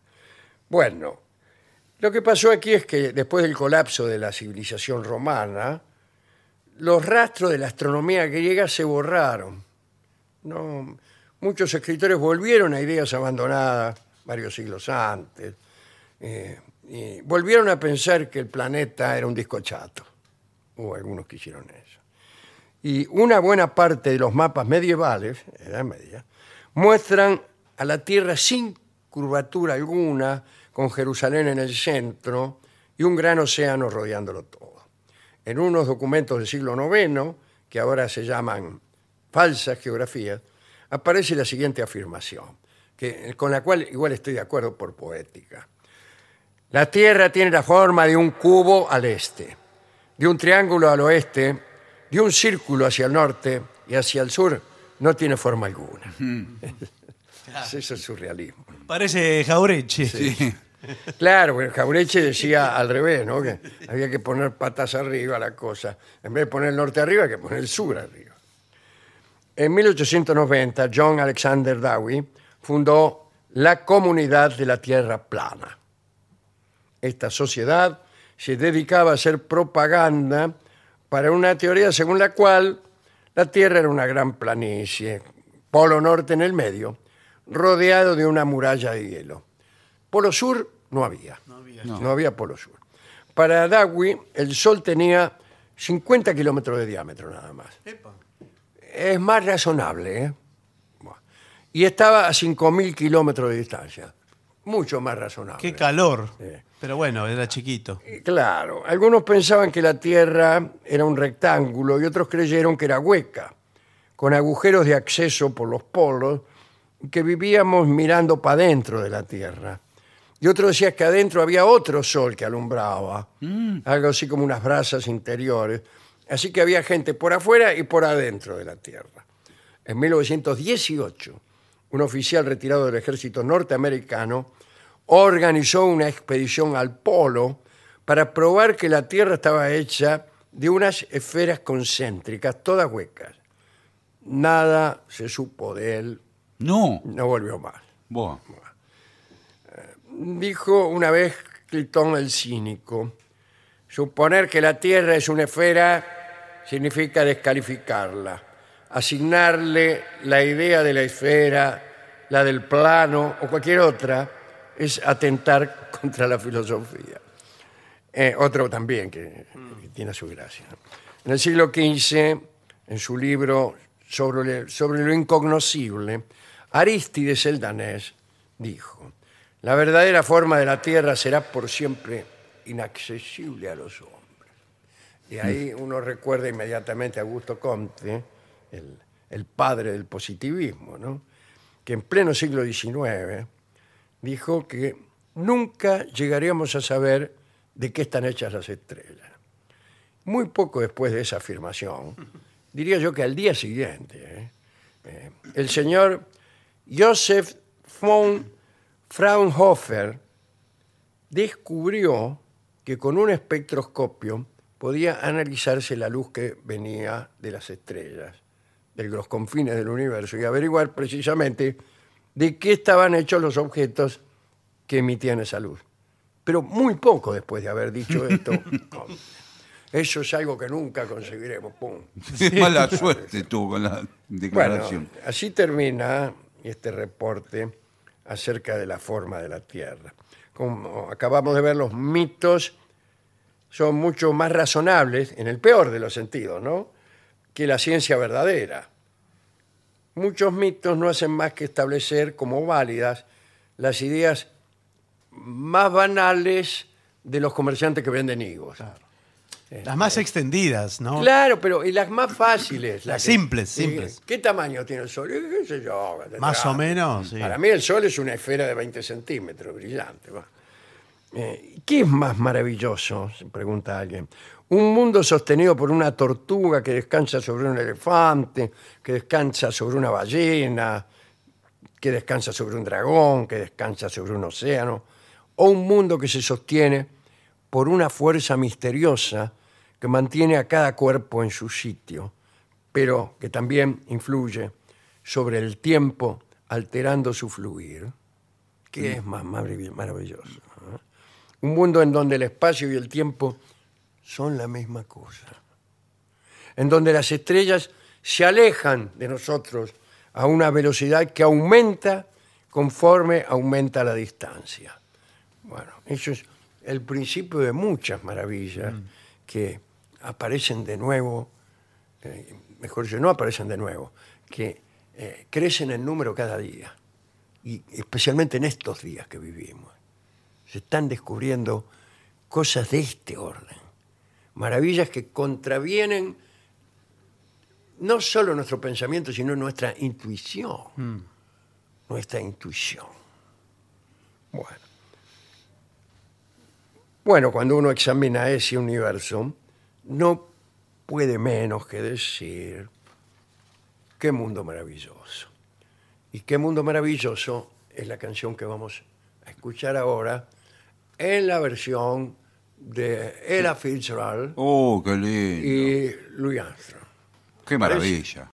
Bueno, lo que pasó aquí es que después del colapso de la civilización romana, los rastros de la astronomía griega se borraron. No, muchos escritores volvieron a ideas abandonadas varios siglos antes. eh, y volvieron a pensar que el planeta era un disco chato. Hubo algunos que hicieron eso y una buena parte de los mapas medievales, Edad Media, muestran a la Tierra sin curvatura alguna, con Jerusalén en el centro y un gran océano rodeándolo todo. En unos documentos del siglo IX, que ahora se llaman falsas geografías, aparece la siguiente afirmación, que, con la cual igual estoy de acuerdo por poética. La Tierra tiene la forma de un cubo al este, de un triángulo al oeste, de un círculo hacia el norte y hacia el sur no tiene forma alguna. *laughs* Eso es el surrealismo. Parece Jaureche. Claro, bueno, Jaureche decía al revés, ¿no? Que había que poner patas arriba a la cosa. En vez de poner el norte arriba, hay que poner el sur arriba. En 1890, John Alexander Dowie fundó la Comunidad de la Tierra Plana. Esta sociedad se dedicaba a hacer propaganda para una teoría según la cual la Tierra era una gran planicie, polo norte en el medio, rodeado de una muralla de hielo. Polo sur no había. No había, polo sur. Para Dawi, el Sol tenía 50 kilómetros de diámetro nada más. Es más razonable, ¿eh? Buah. Y estaba a 5.000 kilómetros de distancia. Mucho más razonable. Qué calor. Sí. Pero bueno, era chiquito. Claro, algunos pensaban que la Tierra era un rectángulo y otros creyeron que era hueca, con agujeros de acceso por los polos, que vivíamos mirando para adentro de la Tierra. Y otro decía que adentro había otro sol que alumbraba, algo así como unas brasas interiores. Así que había gente por afuera y por adentro de la Tierra. En 1918, un oficial retirado del ejército norteamericano organizó una expedición al polo para probar que la Tierra estaba hecha de unas esferas concéntricas, todas huecas. Nada se supo de él, *laughs* No. no volvió más. Buah. Dijo una vez Clitón el cínico, suponer que la Tierra es una esfera significa descalificarla, asignarle la idea de la esfera, la del plano o cualquier otra, es atentar *laughs* contra la filosofía. Eh, otro también que, que tiene su gracia. En el siglo XV, en su libro sobre, le- sobre lo incognoscible, Aristides el danés dijo, la verdadera forma de la Tierra será por siempre inaccesible a los hombres. Y ahí uno recuerda inmediatamente a Augusto Comte, el, el padre del positivismo, ¿no? que en pleno siglo XIX dijo que nunca llegaríamos a saber de qué están hechas las estrellas. Muy poco después de esa afirmación, diría yo que al día siguiente, ¿eh? Eh, el señor Joseph von Fraunhofer descubrió que con un espectroscopio podía analizarse la luz que venía de las estrellas, de los confines del universo, y averiguar precisamente de qué estaban hechos los objetos que emitían esa luz. Pero muy poco después de haber dicho esto, no. eso es algo que nunca conseguiremos. Pum. Mala suerte tuvo con la Bueno, declaración. así termina este reporte acerca de la forma de la Tierra. Como acabamos de ver, los mitos son mucho más razonables, en el peor de los sentidos, ¿no? Que la ciencia verdadera. Muchos mitos no hacen más que establecer como válidas las ideas más banales de los comerciantes que venden higos. Las más extendidas, ¿no? Claro, pero y las más fáciles. Las que- simples, sí, simples. ¿Qué tamaño tiene el sol? Eh, qué sé yo, Más tendrá- o menos, sí. Para mí el sol es una esfera de 20 centímetros, brillante. va. Eh, ¿Qué es más maravilloso? Se pregunta alguien. Un mundo sostenido por una tortuga que descansa sobre un elefante, que descansa sobre una ballena, que descansa sobre un dragón, que descansa sobre un océano, o un mundo que se sostiene por una fuerza misteriosa que mantiene a cada cuerpo en su sitio, pero que también influye sobre el tiempo alterando su fluir, que es más marav- maravilloso. ¿eh? Un mundo en donde el espacio y el tiempo son la misma cosa, en donde las estrellas se alejan de nosotros a una velocidad que aumenta conforme aumenta la distancia. Bueno, eso es el principio de muchas maravillas que aparecen de nuevo, eh, mejor dicho, no aparecen de nuevo, que eh, crecen en número cada día, y especialmente en estos días que vivimos. Se están descubriendo cosas de este orden, maravillas que contravienen no solo nuestro pensamiento, sino nuestra intuición. Nuestra intuición. Bueno. Bueno, cuando uno examina ese universo, no puede menos que decir qué mundo maravilloso. Y qué mundo maravilloso es la canción que vamos a escuchar ahora en la versión de Ella Fitzgerald Oh, qué lindo. y Louis Armstrong. Qué maravilla.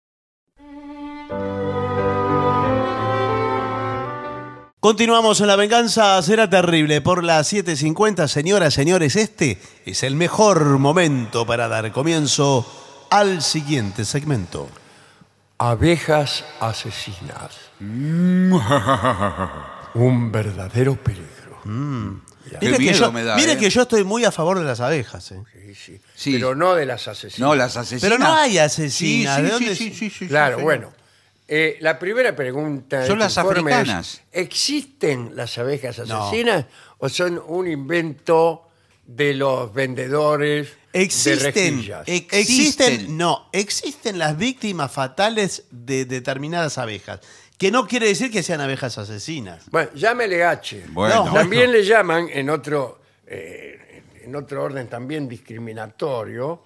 Continuamos en La Venganza Será Terrible por las 7.50. Señoras, señores, este es el mejor momento para dar comienzo al siguiente segmento. Abejas asesinas. Mm. Un verdadero peligro. Mm. Qué Mire que, miedo yo, me da, mire eh. que yo estoy muy a favor de las abejas. eh. Sí, sí. Sí. Pero no de las asesinas. No, las asesinas. Pero no hay asesinas, Sí, ¿de sí, dónde sí, sí, es? sí, sí, claro, sí, bueno. Eh, la primera pregunta. de Son este las informe es, africanas. ¿Existen las abejas No. asesinas o son un invento de los vendedores Existen, rejillas. Existen. existen, no, existen las víctimas fatales de determinadas abejas, que no quiere decir que sean abejas asesinas. Bueno, llámele H. Bueno, No, También le llaman en otro, eh, en otro orden también discriminatorio,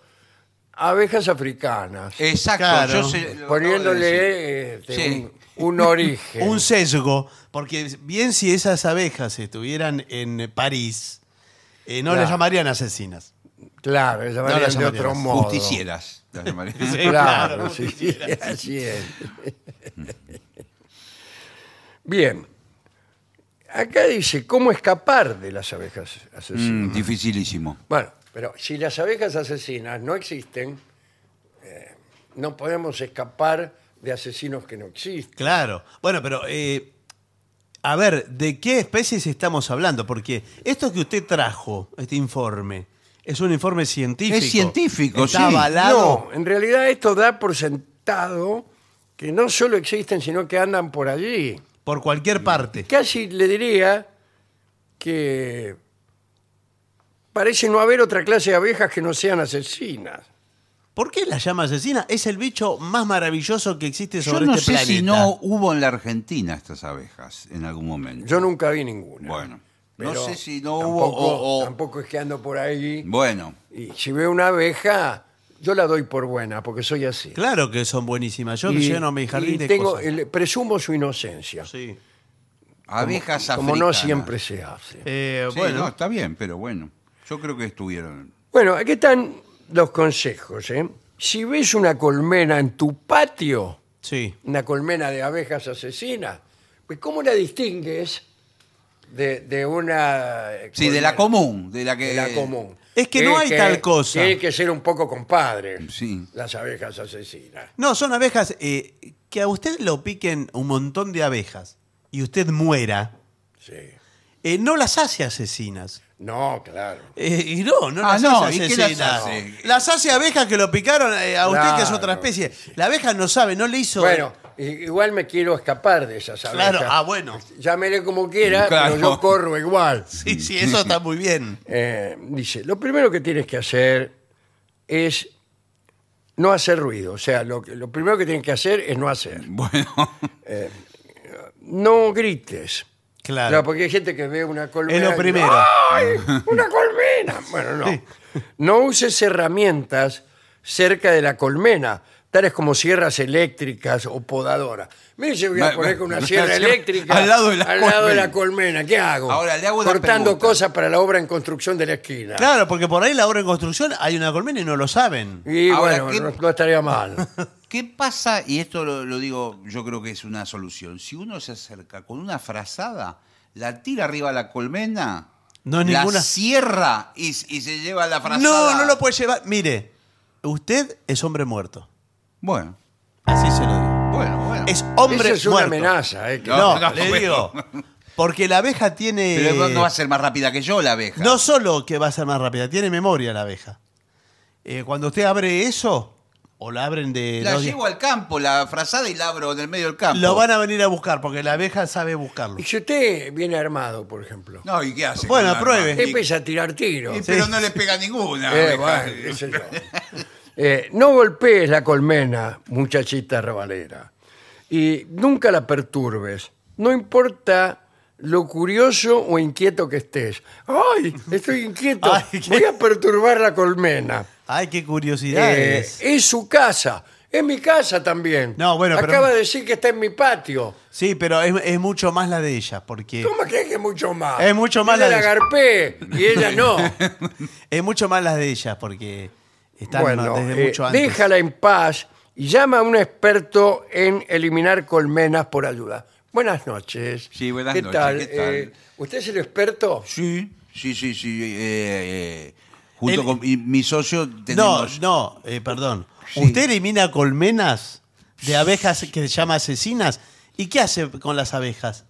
abejas africanas, exacto. Claro. yo sé- Eh, lo acabo de decir. poniéndole eh, este, Sí. un, un origen. Un sesgo, porque bien si esas abejas estuvieran en París, eh, no Claro. las llamarían asesinas. claro, le llamarían las de llamarían otro modo. Justicieras. las llamaría. Claro, *laughs* claro, sí, así es. *laughs* Bien. Acá dice, ¿cómo escapar de las abejas asesinas? Mm, dificilísimo. Bueno, pero si las abejas asesinas no existen, eh, no podemos escapar de asesinos que no existen. Claro. Bueno, pero eh, a ver, ¿de qué especies estamos hablando? Porque esto que usted trajo, este informe, es un informe científico. Es científico, Está sí. avalado. No, en realidad esto da por sentado que no solo existen, sino que andan por allí. Por cualquier parte. Casi le diría que parece no haber otra clase de abejas que no sean asesinas. ¿Por qué la llama asesina? Es el bicho más maravilloso que existe Yo sobre no este sé planeta. si no hubo en la Argentina estas abejas en algún momento. Yo nunca vi ninguna. Bueno, no Pero sé si no hubo tampoco- o- o- Tampoco es que ando por ahí Bueno, y si veo una abeja, yo la doy por buena, porque soy así. Claro que son buenísimas. Yo Y- lleno mi jardín y de tengo cosas. el- presumo su eh, inocencia, Sí. abejas africanas. como no siempre se hace. Eh, Sí, bueno, no, está bien, pero bueno. Yo creo que estuvieron. Bueno, aquí están los consejos. ¿eh? Si ves una colmena en tu patio, sí. una colmena de abejas asesinas, pues ¿cómo la distingues de, de una... eh, Sí, de la colmena? común, de la que. De la común. Es que no hay tal cosa. Tiene que ser un poco compadre Sí. *laughs* las abejas asesinas. No, son abejas eh, que a usted lo piquen un montón de abejas y usted muera. Sí. eh, no las hace asesinas. No, claro. Eh, y no, no Ah, las no, hace ¿y qué las asesinas. hace? Las hace abejas que lo picaron eh, a usted, que es Claro. otra especie. La abeja no sabe, no le hizo. Bueno, i- igual me quiero escapar de esas abejas. Claro, ah, bueno. Llámele como quiera, Claro. pero yo corro igual. Sí, sí, eso está muy bien. Eh, dice, lo primero que tienes que hacer es no hacer ruido. O sea, lo, que- lo primero que tienes que hacer es no hacer. Bueno, No grites. Claro. No, porque hay gente que ve una colmena. es y lo dice, primero. ¡Ay, una colmena! Bueno, no. No uses herramientas cerca de la colmena, tales como sierras eléctricas o podadoras. Mire, yo voy a Ma- poner con una ma- sierra eléctrica *laughs* al lado de la al lado de colmena. la colmena. ¿Qué hago? Ahora, le hago una Cortando pregunta. cosas para la obra en construcción de la esquina. Claro, porque por ahí la obra en construcción hay una colmena y no lo saben. Y Ahora, bueno, ¿qué- no, no estaría *laughs* mal. ¿qué pasa? Y esto lo, lo digo, yo creo que es una solución. Si uno se acerca con una frazada, la tira arriba a la colmena, No es la ninguna- cierra y, y se lleva la frazada. No, no lo puede llevar. Mire, usted es hombre muerto. Bueno, Así se lo digo. bueno, bueno. Es hombre Eso es muerto. una amenaza. eh, que- No, *laughs* No, no, le bueno. digo. Porque la abeja tiene. Pero no va a ser más rápida que yo la abeja. eh, No solo que va a ser más rápida, tiene memoria la abeja. Eh, cuando usted abre eso, o la abren de. la dos días, llevo al campo, la frazada y la abro en el medio del campo. lo van a venir a buscar, porque la abeja sabe *laughs* buscarlo. Y si usted viene armado, por ejemplo, No, ¿y qué hace? Bueno, con la pruebe. arma? usted empieza a tirar tiros. Y- Pero no le pega ninguna. Ah, Eh, abeja. bueno, qué sé yo. Eh, no golpees la colmena, muchachita rabalera. Y nunca la perturbes. No importa lo curioso o inquieto que estés. ¡Ay! Estoy inquieto. *laughs* Ay, qué- Voy a perturbar la colmena. Ay, qué Eh, curiosidades. es su casa. Es mi casa también. No, bueno, pero- Acaba de decir que está en mi patio. sí, pero es, es mucho más la de ella, porque ¿Cómo crees que es mucho más? Es mucho más Yo la la de- garpé y ella no. *laughs* es mucho más la de ella, porque están bueno, desde eh, mucho antes. déjala en paz y llama a un experto en eliminar colmenas por ayuda. Buenas noches. Sí, buenas ¿Qué noches, Tal? ¿qué tal? Eh, ¿Usted es el experto? Sí, sí, sí, sí. eh, eh, junto El- con mi, mi socio No, tenemos... no, eh, perdón. Sí. Usted elimina colmenas de abejas que se llama asesinas. ¿Y qué hace con las abejas?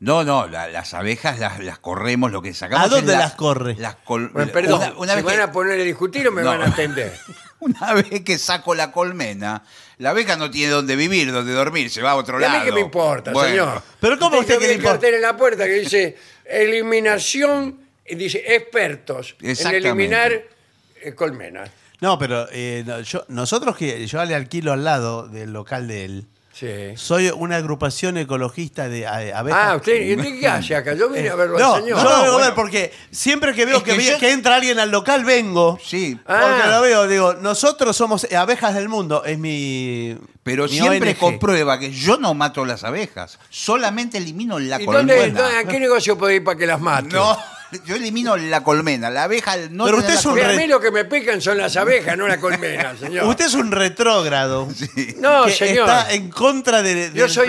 No, no, la- las abejas las, las corremos, lo que sacamos. ¿A dónde es la- las corre? Las col- Bueno, perdón, una, una ¿se vez van que, a poner a discutir o me No. van a atender? *laughs* una vez que saco la colmena, la abeja no tiene dónde vivir, dónde dormir, se va a otro ¿Y a lado. mí qué me importa, Bueno, señor? Pero ¿cómo usted que qué le importa? cartel en la puerta que dice eliminación, y dice expertos en Exactamente. eliminar eh, Colmena. No, pero eh, no, yo- nosotros que yo le alquilo al lado del local de él, Sí. soy una agrupación ecologista de a- abejas. Ah, usted, ¿y usted qué hace acá? Yo Eh, vine a verlo no, al señor. yo lo vengo a bueno. ver porque siempre que veo Es que, que vi- yo- que entra alguien al local, vengo. Sí, Ah. Porque lo veo, digo, nosotros somos abejas del mundo, es mi. pero mi siempre ONG. comprueba que yo no mato las abejas, solamente elimino la ¿Y colmena. dónde, dónde- a qué negocio puedo ir para que las mate? No, *laughs* yo elimino la colmena, la abeja no. Pero tiene usted la es un Mira, a re- mí lo que me pican son las abejas, no la *laughs* colmena, señor. Usted es un *laughs* retrógrado. No, que señor. Está en contra de, del Yo soy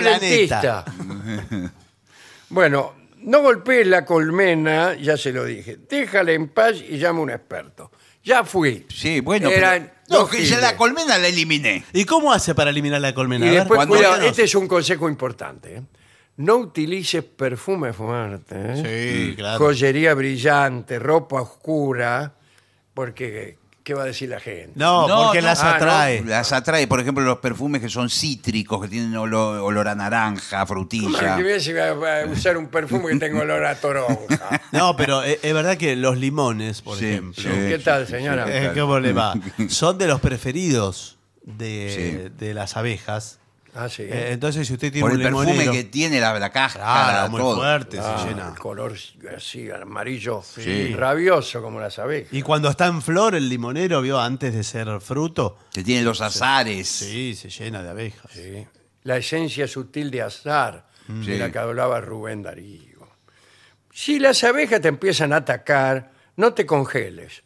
dentista. planeta. *laughs* bueno, no golpees la colmena, ya se lo dije. Déjala en paz y llama a un experto. Ya fui. Sí, bueno. pero- Eran no, dos que ya la giles. colmena la eliminé. ¿Y cómo hace para eliminar la colmena? Y A ver, después, cuando- cuidado, cuéntanos. este es un consejo importante. ¿eh? No utilices perfume fuerte, ¿eh? Sí, claro. joyería brillante, ropa oscura, porque ¿qué va a decir la gente? No, No, porque no. las Ah, no. atrae. Las atrae, por ejemplo, los perfumes que son cítricos, que tienen olor, olor a naranja, a ¿Cómo frutilla. que voy a decir, va a usar un perfume que tenga olor a toronja. *laughs* No, pero es, es verdad que los limones, por Sí, ejemplo, sí, ¿Qué sí, tal, sí, señora? sí, eh, claro. ¿cómo le *laughs* va? son de los preferidos de, Sí. de las abejas. Ah, sí. Eh, entonces, si usted tiene Por un el perfume limonero- que tiene la, la cáscara, Claro, muy todo. fuerte, Ah, se llena. el color así, amarillo, Sí. rabioso como las abejas. Y cuando está en flor el limonero, vio, antes de ser fruto, Que tiene los azares. sí, se llena de abejas. Sí. La esencia sutil de azar, de Sí. la que hablaba Rubén Darío. Si las abejas te empiezan a atacar, no te congeles.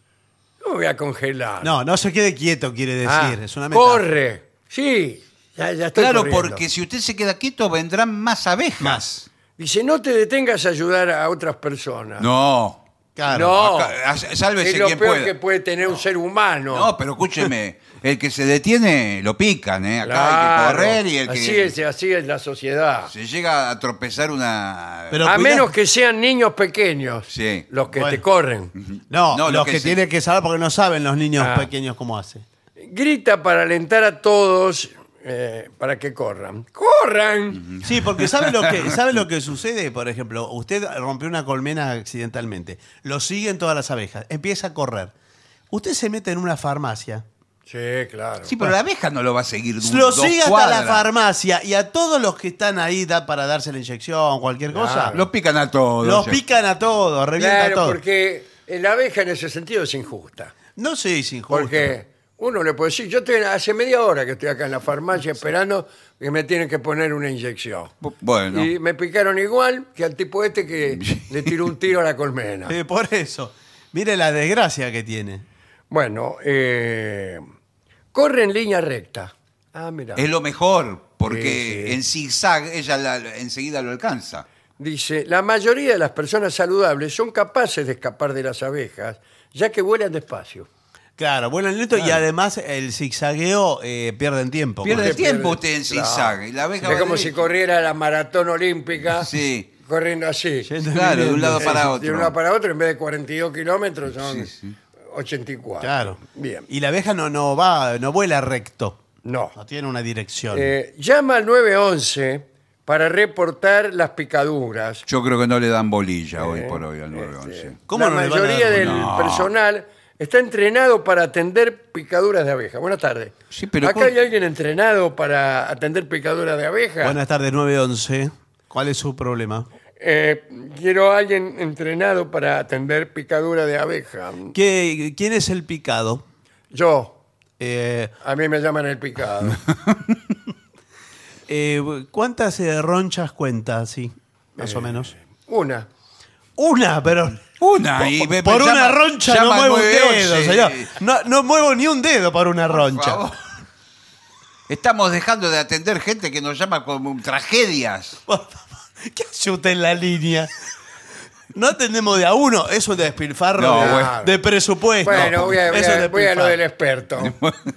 No me voy a congelar. No, no se quede quieto, quiere decir. Ah, es una metáfora. corre. Sí, ya, ya estoy Claro, corriendo. porque si usted se queda quieto, vendrán más abejas. Más. Dice, no te detengas a ayudar a otras personas. No. Claro. No. Acá, a- sálvese es lo quien peor pueda. que puede tener un ser humano. No, pero escúcheme, el que se detiene lo pican, ¿eh? Acá hay que Claro. correr y el así que es, así es la sociedad. se llega a tropezar una... Pero- a cuidado. menos que sean niños pequeños Sí. los que Bueno. te corren. No, No, lo los que que, se- tienen que saber porque no saben los niños Ah. pequeños cómo hace. Grita para alentar a todos eh, para que corran. ¡Corran! Sí, porque ¿sabe lo, que, ¿sabe lo *laughs* que sucede? Por ejemplo, usted rompió una colmena accidentalmente, lo siguen todas las abejas, empieza a correr. Usted se mete en una farmacia, Sí, claro. Ah, sí, pero la abeja no lo va a seguir. du- lo dos sigue hasta cuadras. la farmacia y a todos los que están ahí da para darse la inyección, cualquier cosa, Claro. Los pican a todos. los pican a todos, revienta a claro, todos. porque la abeja en ese sentido es injusta. No sé, es injusto. Porque uno le puede decir, yo estoy, hace media hora que estoy acá en la farmacia esperando que me tienen que poner una inyección. Bu- Bueno. Y me picaron igual que al tipo este *laughs* que le tiró un tiro a la colmena. *laughs* Eh, por eso, mire la desgracia que tiene. Bueno, eh, corre en línea recta. Ah, mira. Es lo mejor, porque Sí, sí. en zigzag ella la- enseguida lo alcanza. Dice, la mayoría de las personas saludables son capaces de escapar de las abejas, ya que vuelan despacio. Claro, vuelan lento y además el zigzagueo eh, pierden tiempo. con Pierde eso. tiempo usted en zigzag. y la abeja es va como derecha. si corriera la maratón olímpica *laughs* Sí. corriendo así. Eh, Sí, Claro, de un lado para De un lado otro. para otro, en vez de 42 kilómetros, son 84. Claro. Bien. Y la abeja no, no va, no vuela recto. No. No tiene una dirección. Eh, llama al 911 para reportar las picaduras. Yo creo que no le dan bolilla hoy por hoy al 911. ¿Cómo la no le van a mayoría dar- del personal está entrenado para atender picaduras de abeja. Buenas tardes. Sí, pero ¿Acá ¿cómo? hay alguien entrenado para atender picaduras de abeja? Buenas tardes, 911. ¿Cuál es su problema? Eh, quiero a alguien entrenado para atender picadura de abeja. ¿Qué- ¿Quién es el picado? Yo, Eh, a mí me llaman el *laughs* picado. eh, ¿Cuántas eh, ronchas cuenta así? Más Eh, o menos. Una. Una, pero. Una y ve- por llama- una roncha no llama al muevo un 911. dedo, señor. No, no muevo ni un dedo para una Por roncha. favor. Estamos dejando de atender gente que nos llama como tragedias. Por favor, ¿Qué hace usted en la línea? No atendemos de a uno, es un despilfarro No, de, bueno. de presupuesto. Bueno, voy a, voy Eso a- es voy a lo despilfarro. del *laughs* experto.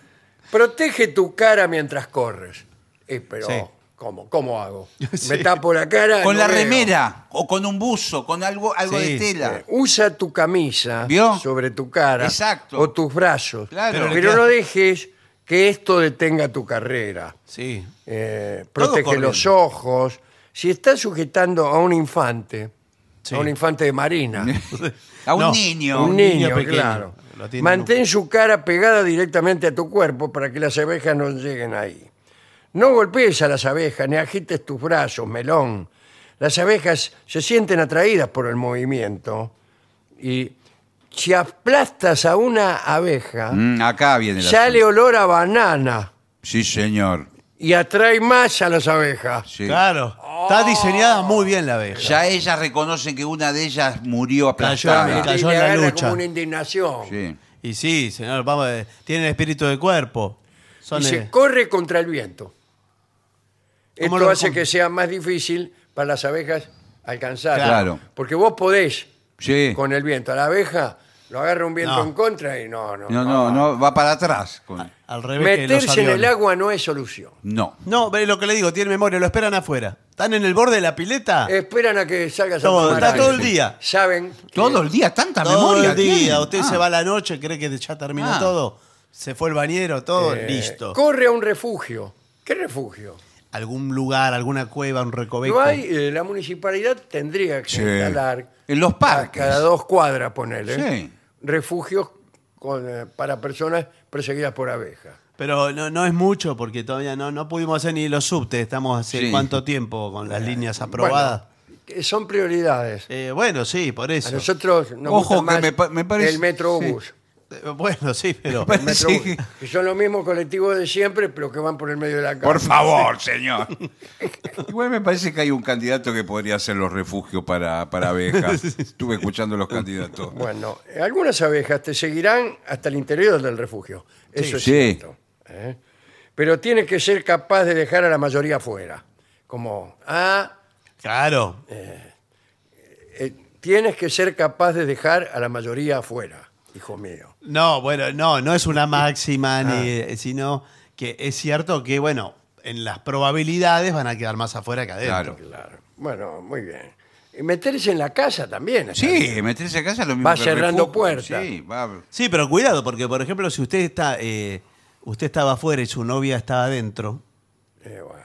Protege tu cara mientras corres. Eh, pero, Sí. ¿cómo? ¿Cómo *laughs* hago? Me tapo la cara. Con no la veo. remera o con un buzo, con algo, algo Sí. de tela. Eh, Usa tu camisa ¿Vio? sobre tu cara Exacto. o tus brazos. Claro. Pero, Pero le queda- no dejes que esto detenga tu carrera. Sí. Eh, Todos protege corriendo. los ojos. Si estás sujetando a un infante, Sí. a un infante de marina, A un No, niño. un niño niño, pequeño. claro, Lo tienen Mantén su cara pegada directamente a tu cuerpo para que las abejas no lleguen ahí. No golpees a las abejas ni agites tus brazos, melón. Las abejas se sienten atraídas por el movimiento y si aplastas a una abeja, Mm, acá viene el sale asunto. olor a banana Sí, señor. y atrae más a las abejas. Sí. Claro. Oh. Está diseñada muy bien la abeja. Ya ellas reconocen que una de ellas murió Cayó en aplastada. el- Y cayó le en la agarra lucha. como una indignación. Sí. Y sí, señor, vamos, eh, tienen espíritu de cuerpo. Son, y se eh, corre contra el viento. ¿Cómo Esto lo hace com- que sea más difícil para las abejas alcanzar. Claro. Porque vos podés Sí. con el viento. A la abeja lo agarra un viento No. en contra y no, no. No, no, no, va para atrás. con- al revés que los Meterse en el aviones. agua no es solución. No. No, pero es lo que le digo, tiene memoria, lo esperan afuera. Están en el borde de la pileta Esperan a que salgas Ah. Todo, a tomar está aire. todo el día. Saben. que- Todo el día, tanta todo memoria. el día. tienen. Usted Ah. se *laughs* va a la noche, cree que ya terminó Ah. todo. Se fue el bañero, todo, eh, listo. Corre a un refugio. ¿Qué refugio? Algún lugar, alguna cueva, un recoveco. No hay, eh, la municipalidad tendría que Sí. instalar En los parques. cada dos cuadras, ponele, Sí. refugios con, eh, para personas perseguidas por abejas. Pero no, no es mucho porque todavía no, no pudimos hacer ni los subtes. Estamos hace Sí. cuánto tiempo con las líneas aprobadas. Eh, Bueno, que son prioridades. Eh, bueno, sí, por A eso. nosotros nos Ojo gusta que más me pa- me parece- el metrobús. Eh, Bueno, sí, pero. el *laughs* Bueno, Metrobús, sí. que son los mismos colectivos de siempre, pero que van por el medio de la calle. Por favor, señor. *laughs* Igual me parece que hay un candidato que podría hacer los refugios para, para *laughs* abejas. Estuve escuchando los candidatos. Bueno, algunas abejas te seguirán hasta el interior del refugio. Eso es Sí. cierto. ¿eh? Pero tienes que ser capaz de dejar a la mayoría fuera. Como, ah, Claro. eh, tienes que ser capaz de dejar a la mayoría afuera, hijo mío. No, bueno, no, no es una Ah. máxima, ni, eh, sino que es cierto que, bueno, en las probabilidades van a quedar más afuera que adentro. Claro. Claro. Bueno, muy bien. Y meterse en la casa también. está bien. Sí, meterse a casa es lo mismo. Va que cerrando refugio. puertas. Sí, va. Sí, pero cuidado, porque, por ejemplo, si usted está. eh, usted estaba afuera y su novia estaba adentro, Eh, bueno.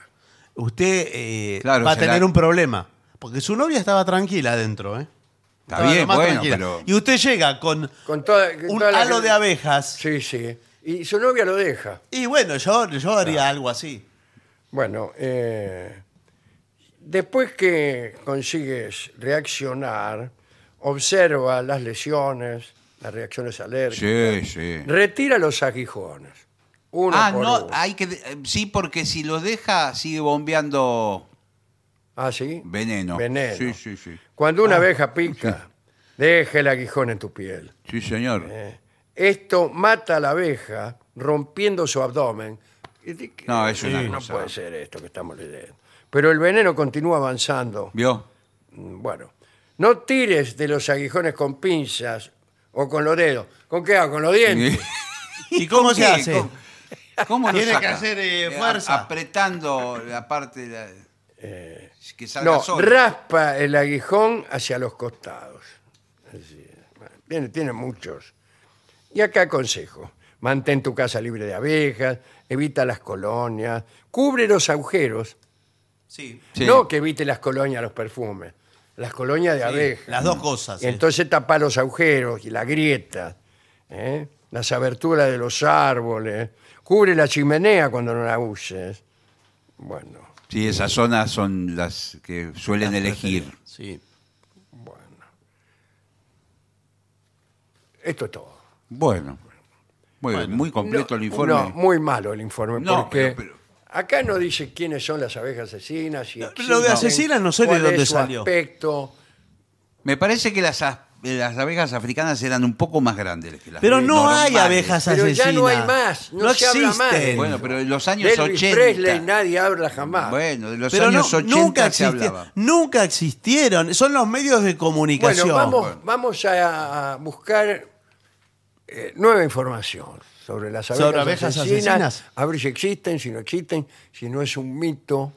usted eh, Claro, va a se la- tener un problema. Porque su novia estaba tranquila adentro, ¿eh? Está Estaba lo bien, más bueno, tranquila. pero- Y usted llega con, Con toda- con un toda la- halo de abejas. Sí, sí. Y su novia lo deja. Y bueno, yo, yo haría algo así. Bueno, eh, después que consigues reaccionar, observa las lesiones, las reacciones alérgicas. Sí, sí. Retira los aguijones. Uno Ah, por no, uno. hay que. eh, Sí, porque si los deja, sigue bombeando Ah, ¿sí? veneno. Veneno. Sí, sí, sí. Cuando Ah. una abeja *laughs* pica, deja el aguijón en tu piel. Sí, señor. Eh. Esto mata a la abeja rompiendo su abdomen. Y di- No, es una No cosa. puede ser esto que estamos leyendo. Pero el veneno continúa avanzando. ¿Vio? Mm, Bueno, no tires de los aguijones con pinzas o con los dedos. ¿Con qué hago? ¿Con los dientes? *laughs* ¿Y cómo se ¿Qué? hace? ¿Cómo- ¿Cómo lo Tiene que saca? hacer, eh, a- fuerza. Eh. Apretando la parte de la. que salga No, solo. raspa el aguijón hacia los costados. Así es. Bueno, Tiene, tiene muchos. Y acá consejo. Mantén tu casa libre de abejas, evita las colonias, cubre los agujeros. Sí. Sí. No que evite las colonias, los perfumes. Las colonias de abejas. Las dos cosas. Y eh. entonces tapa los agujeros y la grieta, ¿eh? las aberturas de los árboles, cubre la chimenea cuando no la uses. Bueno, Sí, esas zonas son las que suelen elegir. Sí. bueno. Esto es todo. Bueno. Muy, bien, muy completo el informe. No, muy malo el informe, No, porque pero- acá no dice quiénes son las abejas asesinas. si pero lo de existen, asesinas no sé de cuál es dónde su salió. aspecto. Me parece que las, as- las abejas africanas eran un poco más grandes que las Pero no normales. hay abejas Pero asesinas. ya no hay más, no se habla más. existen. Bueno, pero en los años De Elvis 80. Presley nadie habla jamás. Bueno, de los Pero años no, 80 nunca, se existi- hablaba. nunca existieron. Son los medios de comunicación. Bueno, vamos, Bueno. vamos a a buscar eh, nueva información sobre las abejas, Sobre abejas asesinas, asesinas. A ver si existen, si no existen, si no es un mito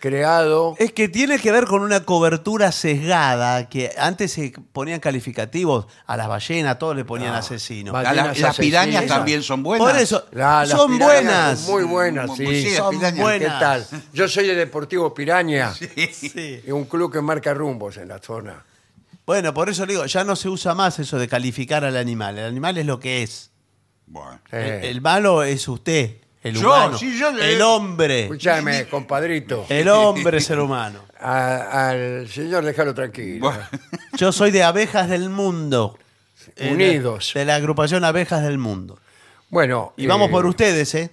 creado. Es que tiene que ver con una cobertura sesgada, que antes se ponían calificativos a las ballenas, todos le ponían asesino. ballenas A la- Ah, las asesinas. pirañas también son buenas. Por eso, La- las son pirañas buenas. son Muy buenas, sí. Sí, las Son pirañas. ¿Qué buenas. tal? *laughs* Yo soy de Deportivo Piraña, Sí. y un club que marca rumbos en la zona. Bueno, por eso le digo, ya no se usa más eso de calificar al animal. El animal es lo que es. Bueno. Sí. El, el malo es usted, el Eh. Yo, humano. sí, yo le- El hombre. Escúchame, compadrito. El hombre *laughs* ser humano. A- al señor déjalo tranquilo. Bueno, Yo soy de Abejas del Mundo. Eh, de- Unidos. De la agrupación Abejas del Mundo. Bueno. Y vamos eh, por ustedes, ¿eh?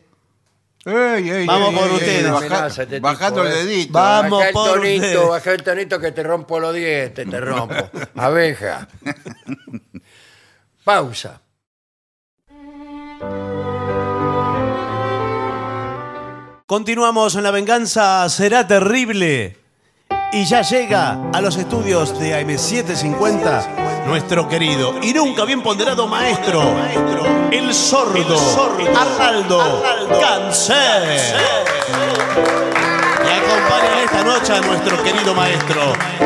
*laughs* ey, ey, Vamos ey, por ey, ustedes. baja- Amenaza este tipo, bajando eh. el dedito. Va- Baja Vamos el por tonito, ustedes. baja el tonito que te rompo los dientes, te *laughs* rompo. Abeja. Pausa. Continuamos en La Venganza Será Terrible. Y ya llega a los estudios de AM750 nuestro querido y nunca bien ponderado maestro, el sordo, Arnaldo, Cáncer. Y acompañan esta noche a nuestro querido maestro,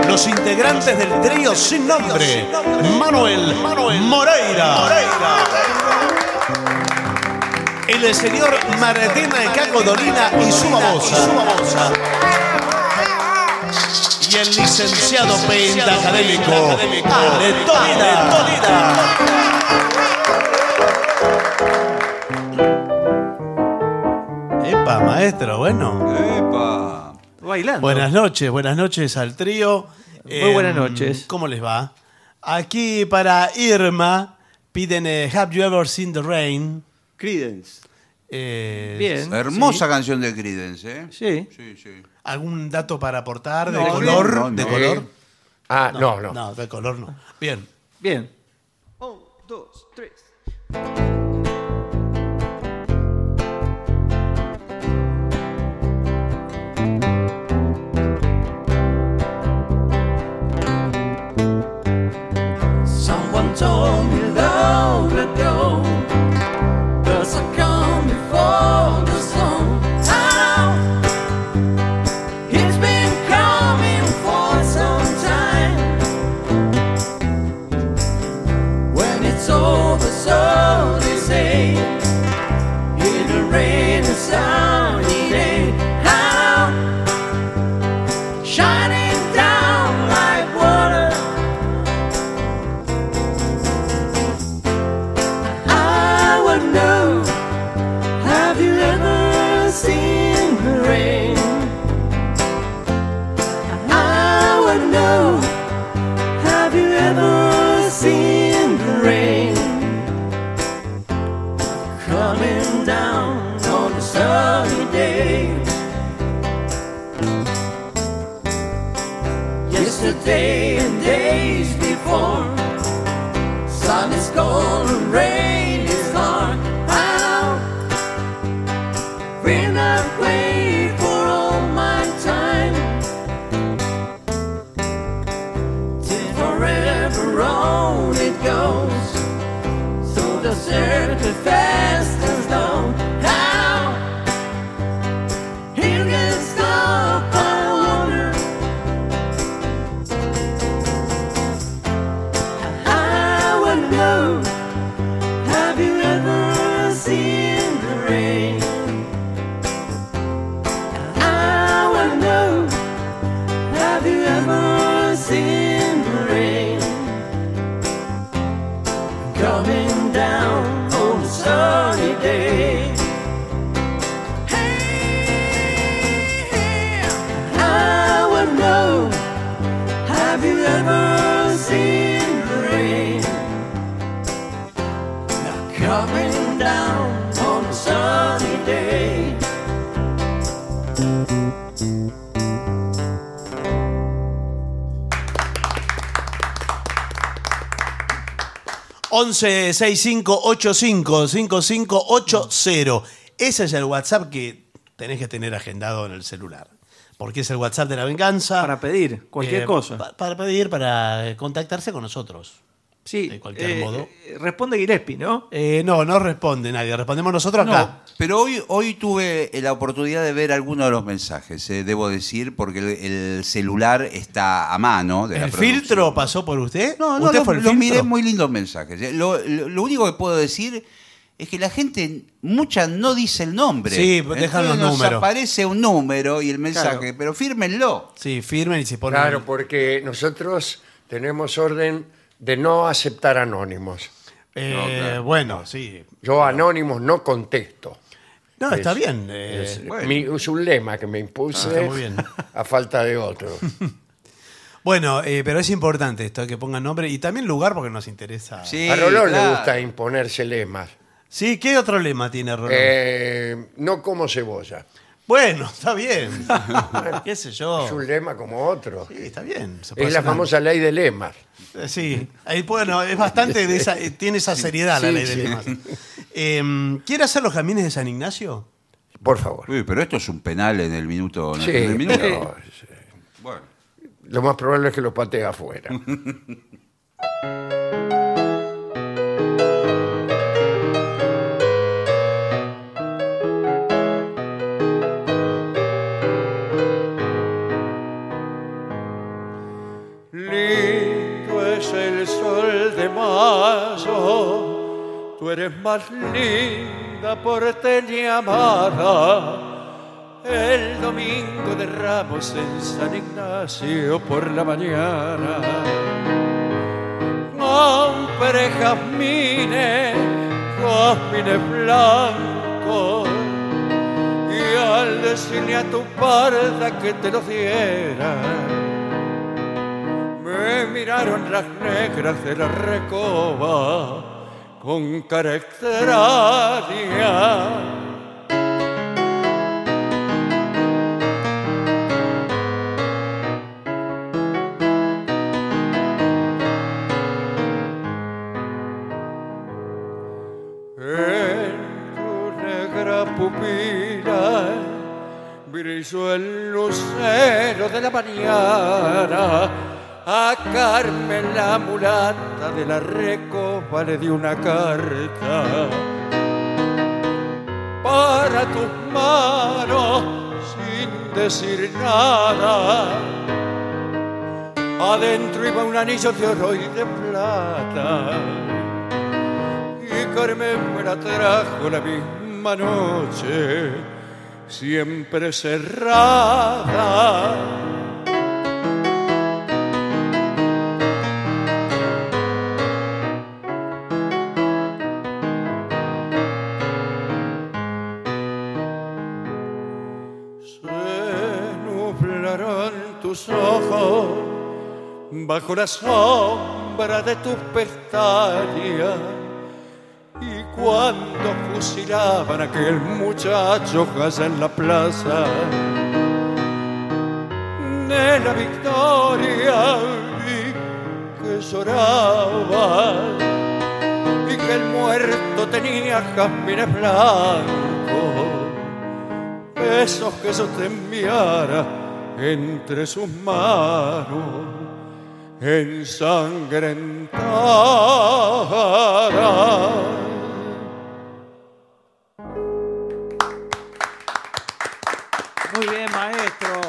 los integrantes del trío sin nombre, Manuel, Moreira. el señor Martina de Caco Dolina y su babosa. Y el licenciado pentacadémico Aretolina. Epa, maestro, bueno. Epa. Bailando. Buenas noches, buenas noches al trío. Em, Muy buenas noches. ¿Cómo les va? Aquí para Irma piden eh, Have You Ever Seen the Rain? Creedence. Eh, Bien. Hermosa canción de Creedence, ¿eh? Sí. Sí, sí. ¿Algún dato para aportar de No, color? no, no. ¿De color? Ah, no, no. No, de color no. Bien. Bien. Un, dos, tres. Someone told me long ago Does a come before the sun How It's been coming for some time When it's over so they say In the rain and sunny day How Shining down like water I would know. Have you ever seen the rain? I would know. Have you ever seen the rain coming down on a sunny day? Yesterday and days before. Sun is cold, rain is hard. How? We're not wait for all my time. Till forever on it goes. So the circle fast as long. How? You can stop, I wonder. I would know. Have you ever seen the rain? I would know. Have you ever seen the rain coming down on a sunny day? Hey, I would know. Have you ever seen the rain coming down on a sunny day? ocho cero Ese es el WhatsApp que tenés que tener agendado en el celular. Porque es el WhatsApp de la venganza. Para pedir cualquier Eh, cosa. pa- para pedir, para eh, contactarse con nosotros. sí. de cualquier modo. eh, Responde Gillespie, ¿no? Eh, no, no responde nadie. Respondemos nosotros acá. Pero hoy, hoy tuve la oportunidad de ver algunos de los mensajes, eh, debo decir, porque el, el celular está a mano. De la ¿El producción. filtro pasó por usted? No, no, ¿Usted lo- fue el lo filtro? miré muy lindos mensajes. eh. Lo, lo- lo único que puedo decir es que la gente, mucha no dice el nombre. Sí, pues, dejan Entonces los nos números. aparece un número y el mensaje, pero fírmenlo. Sí, firmen y se ponen. Claro, porque nosotros tenemos orden de no aceptar anónimos. Eh, Bueno, sí. Yo anónimos no contesto. No, está Es- bien. eh, Ah, Es, mi- es un lema que me impuse está muy bien. a falta de *laughs* otro. Bueno, eh, pero es importante esto, que pongan nombre y también lugar porque nos interesa. Sí, a Rolón le claro. gusta imponerse lemas. Sí, ¿qué otro lema tiene Rolón? Eh, no como cebolla. Bueno, está bien. ¿Qué sé yo? Es un lema como otro. Sí, está bien. se puede Es la hacer famosa ley de lemas. algo. Eh, Sí, Ahí, bueno, es bastante de esa, eh, tiene esa seriedad la sí, ley de sí. lemas. Eh, ¿Quiere hacer los camines de San Ignacio? Por favor. Uy, pero esto es un penal en el minuto. en Sí, el minuto. pero Bueno. lo más probable es que lo patee *laughs* afuera. Lindo es el sol de mayo, tú eres más linda por tener amada. El domingo de Ramos en San Ignacio por la mañana. Compré jazmines, jazmines blancos, y al decirle a tu parda que te los diera, me miraron las negras de la recoba con cara extraña. En tu negra pupila brilló el lucero de la mañana. A Carmen la mulata de la recoba le di una carta para tus manos sin decir nada. Adentro iba un anillo de oro y de plata y Carmen me la trajo la misma noche, siempre cerrada. Se nublaron tus ojos bajo la sombra de tus pestañas. Y cuando fusilaban a aquel muchacho allá en la plaza de la victoria, vi que lloraba y que el muerto tenía jazmines blancos, esos que yo te enviara entre sus manos ensangrentada. Muy bien, maestro.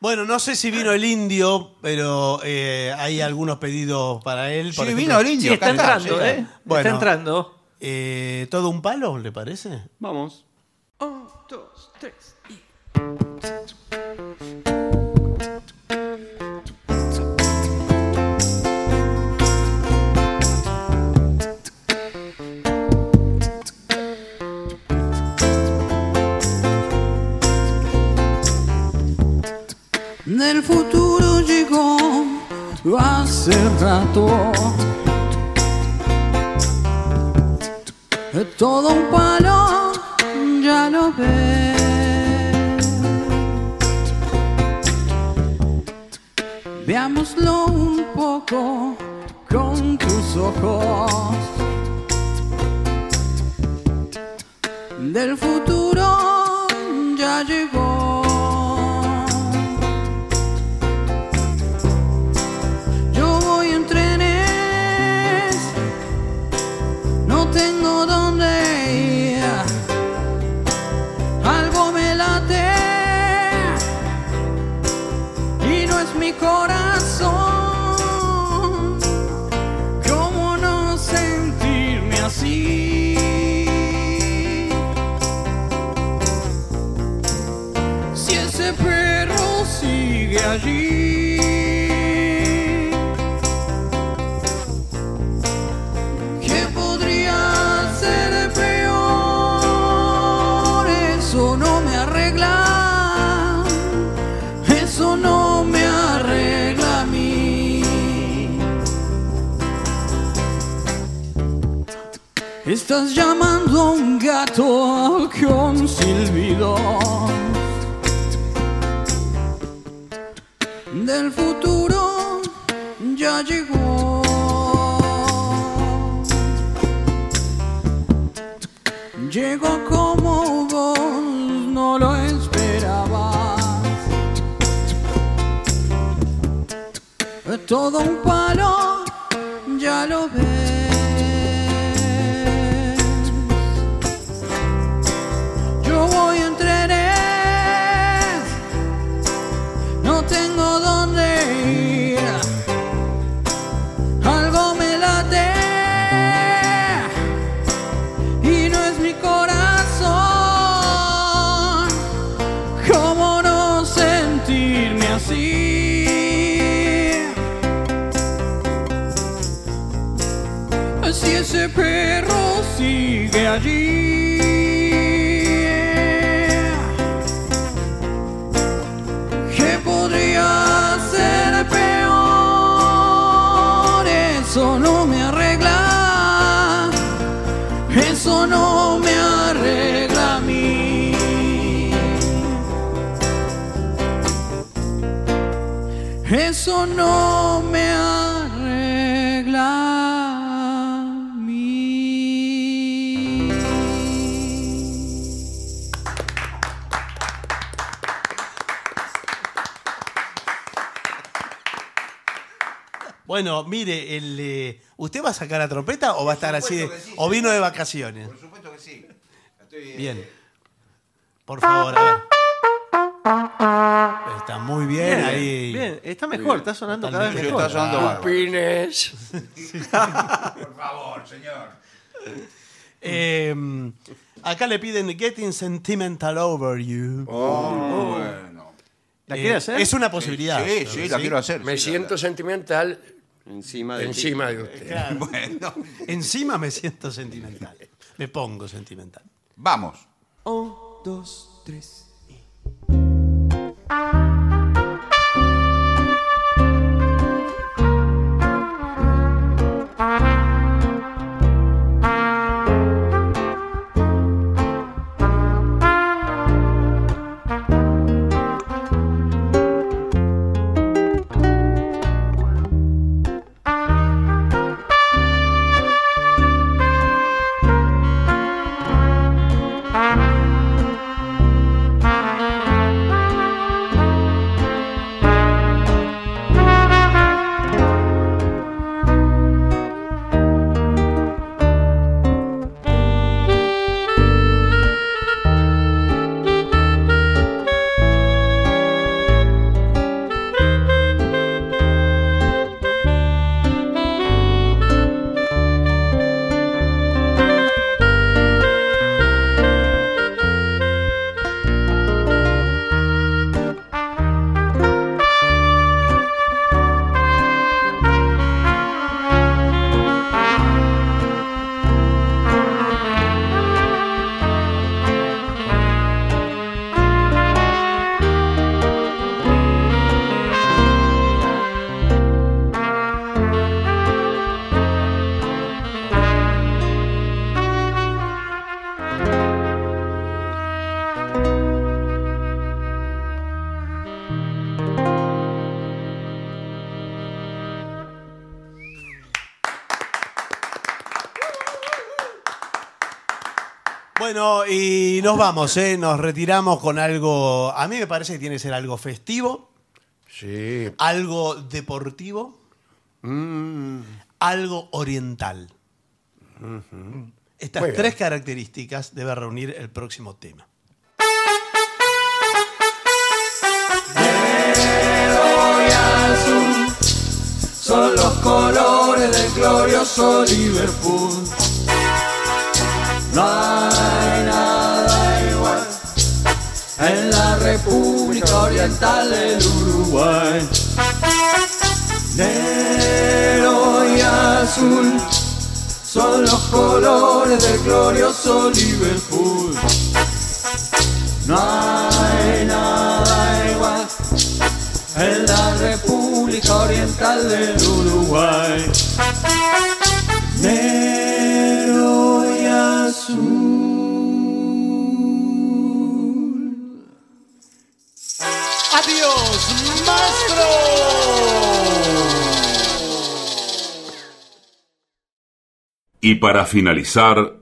Bueno, no sé si vino el indio, pero eh, hay algunos pedidos para él. Sí, por ejemplo, vino el indio. Sí, está acá entrando, llega. ¿eh? Bueno. Está entrando. eh, ¿Todo un palo, le parece? Vamos. Un, dos, tres. Del futuro llegó hace rato. Es E Todo un palo, ya lo ves. Veámoslo un poco con tus ojos. Del futuro ya llegó. Yo voy en trenes, no tengo dónde ir. Algo me late y no es mi corazón. ¿Cómo no sentirme así? Si ese perro sigue allí. Estás llamando a un gato con silbido. Del futuro ya llegó. Llegó como vos no lo esperabas. Todo un palo, ya lo ves. Yo voy en trenes, no tengo dónde ir. Algo me late y no es mi corazón. ¿Cómo no sentirme así? Si ese perro sigue allí, ¿qué podría ser peor? Eso no me arregla. Eso no me arregla a mí. Eso no me arregla a mí. Bueno, mire, el, eh, ¿usted va a sacar la trompeta o va a estar así? de- ¿O vino de vacaciones? Por supuesto que sí. Bien. Por favor, a ver. Está muy bien, Bien, ahí. bien, está mejor, está sonando cada vez Sí, mejor. Ah. está sonando bárbaro. Pines. Por favor, señor. Eh, acá le piden Getting Sentimental Over You. Bueno. ¿La Eh, quiere hacer? Es una posibilidad. Sí, sí, la quiero hacer. Me sí, siento sentimental Encima de ti. encima de usted. la- Bueno, Encima me siento sentimental. Me pongo sentimental. vamos. Un, dos, tres. Bueno, y nos vamos, ¿eh? Nos retiramos con algo. A mí me parece que tiene que ser algo festivo, Sí. algo deportivo, algo oriental. Estas Muy bien. tres características debe reunir el próximo tema. Son los colores del glorioso Liverpool. No hay nada igual en la República Oriental del Uruguay. Negro y azul son los colores del glorioso Liverpool. No hay nada igual en la República Oriental del Uruguay. Negro y azul. Adiós, maestro. Y para finalizar,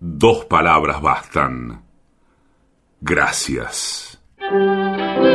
dos palabras bastan. Gracias. Thank you.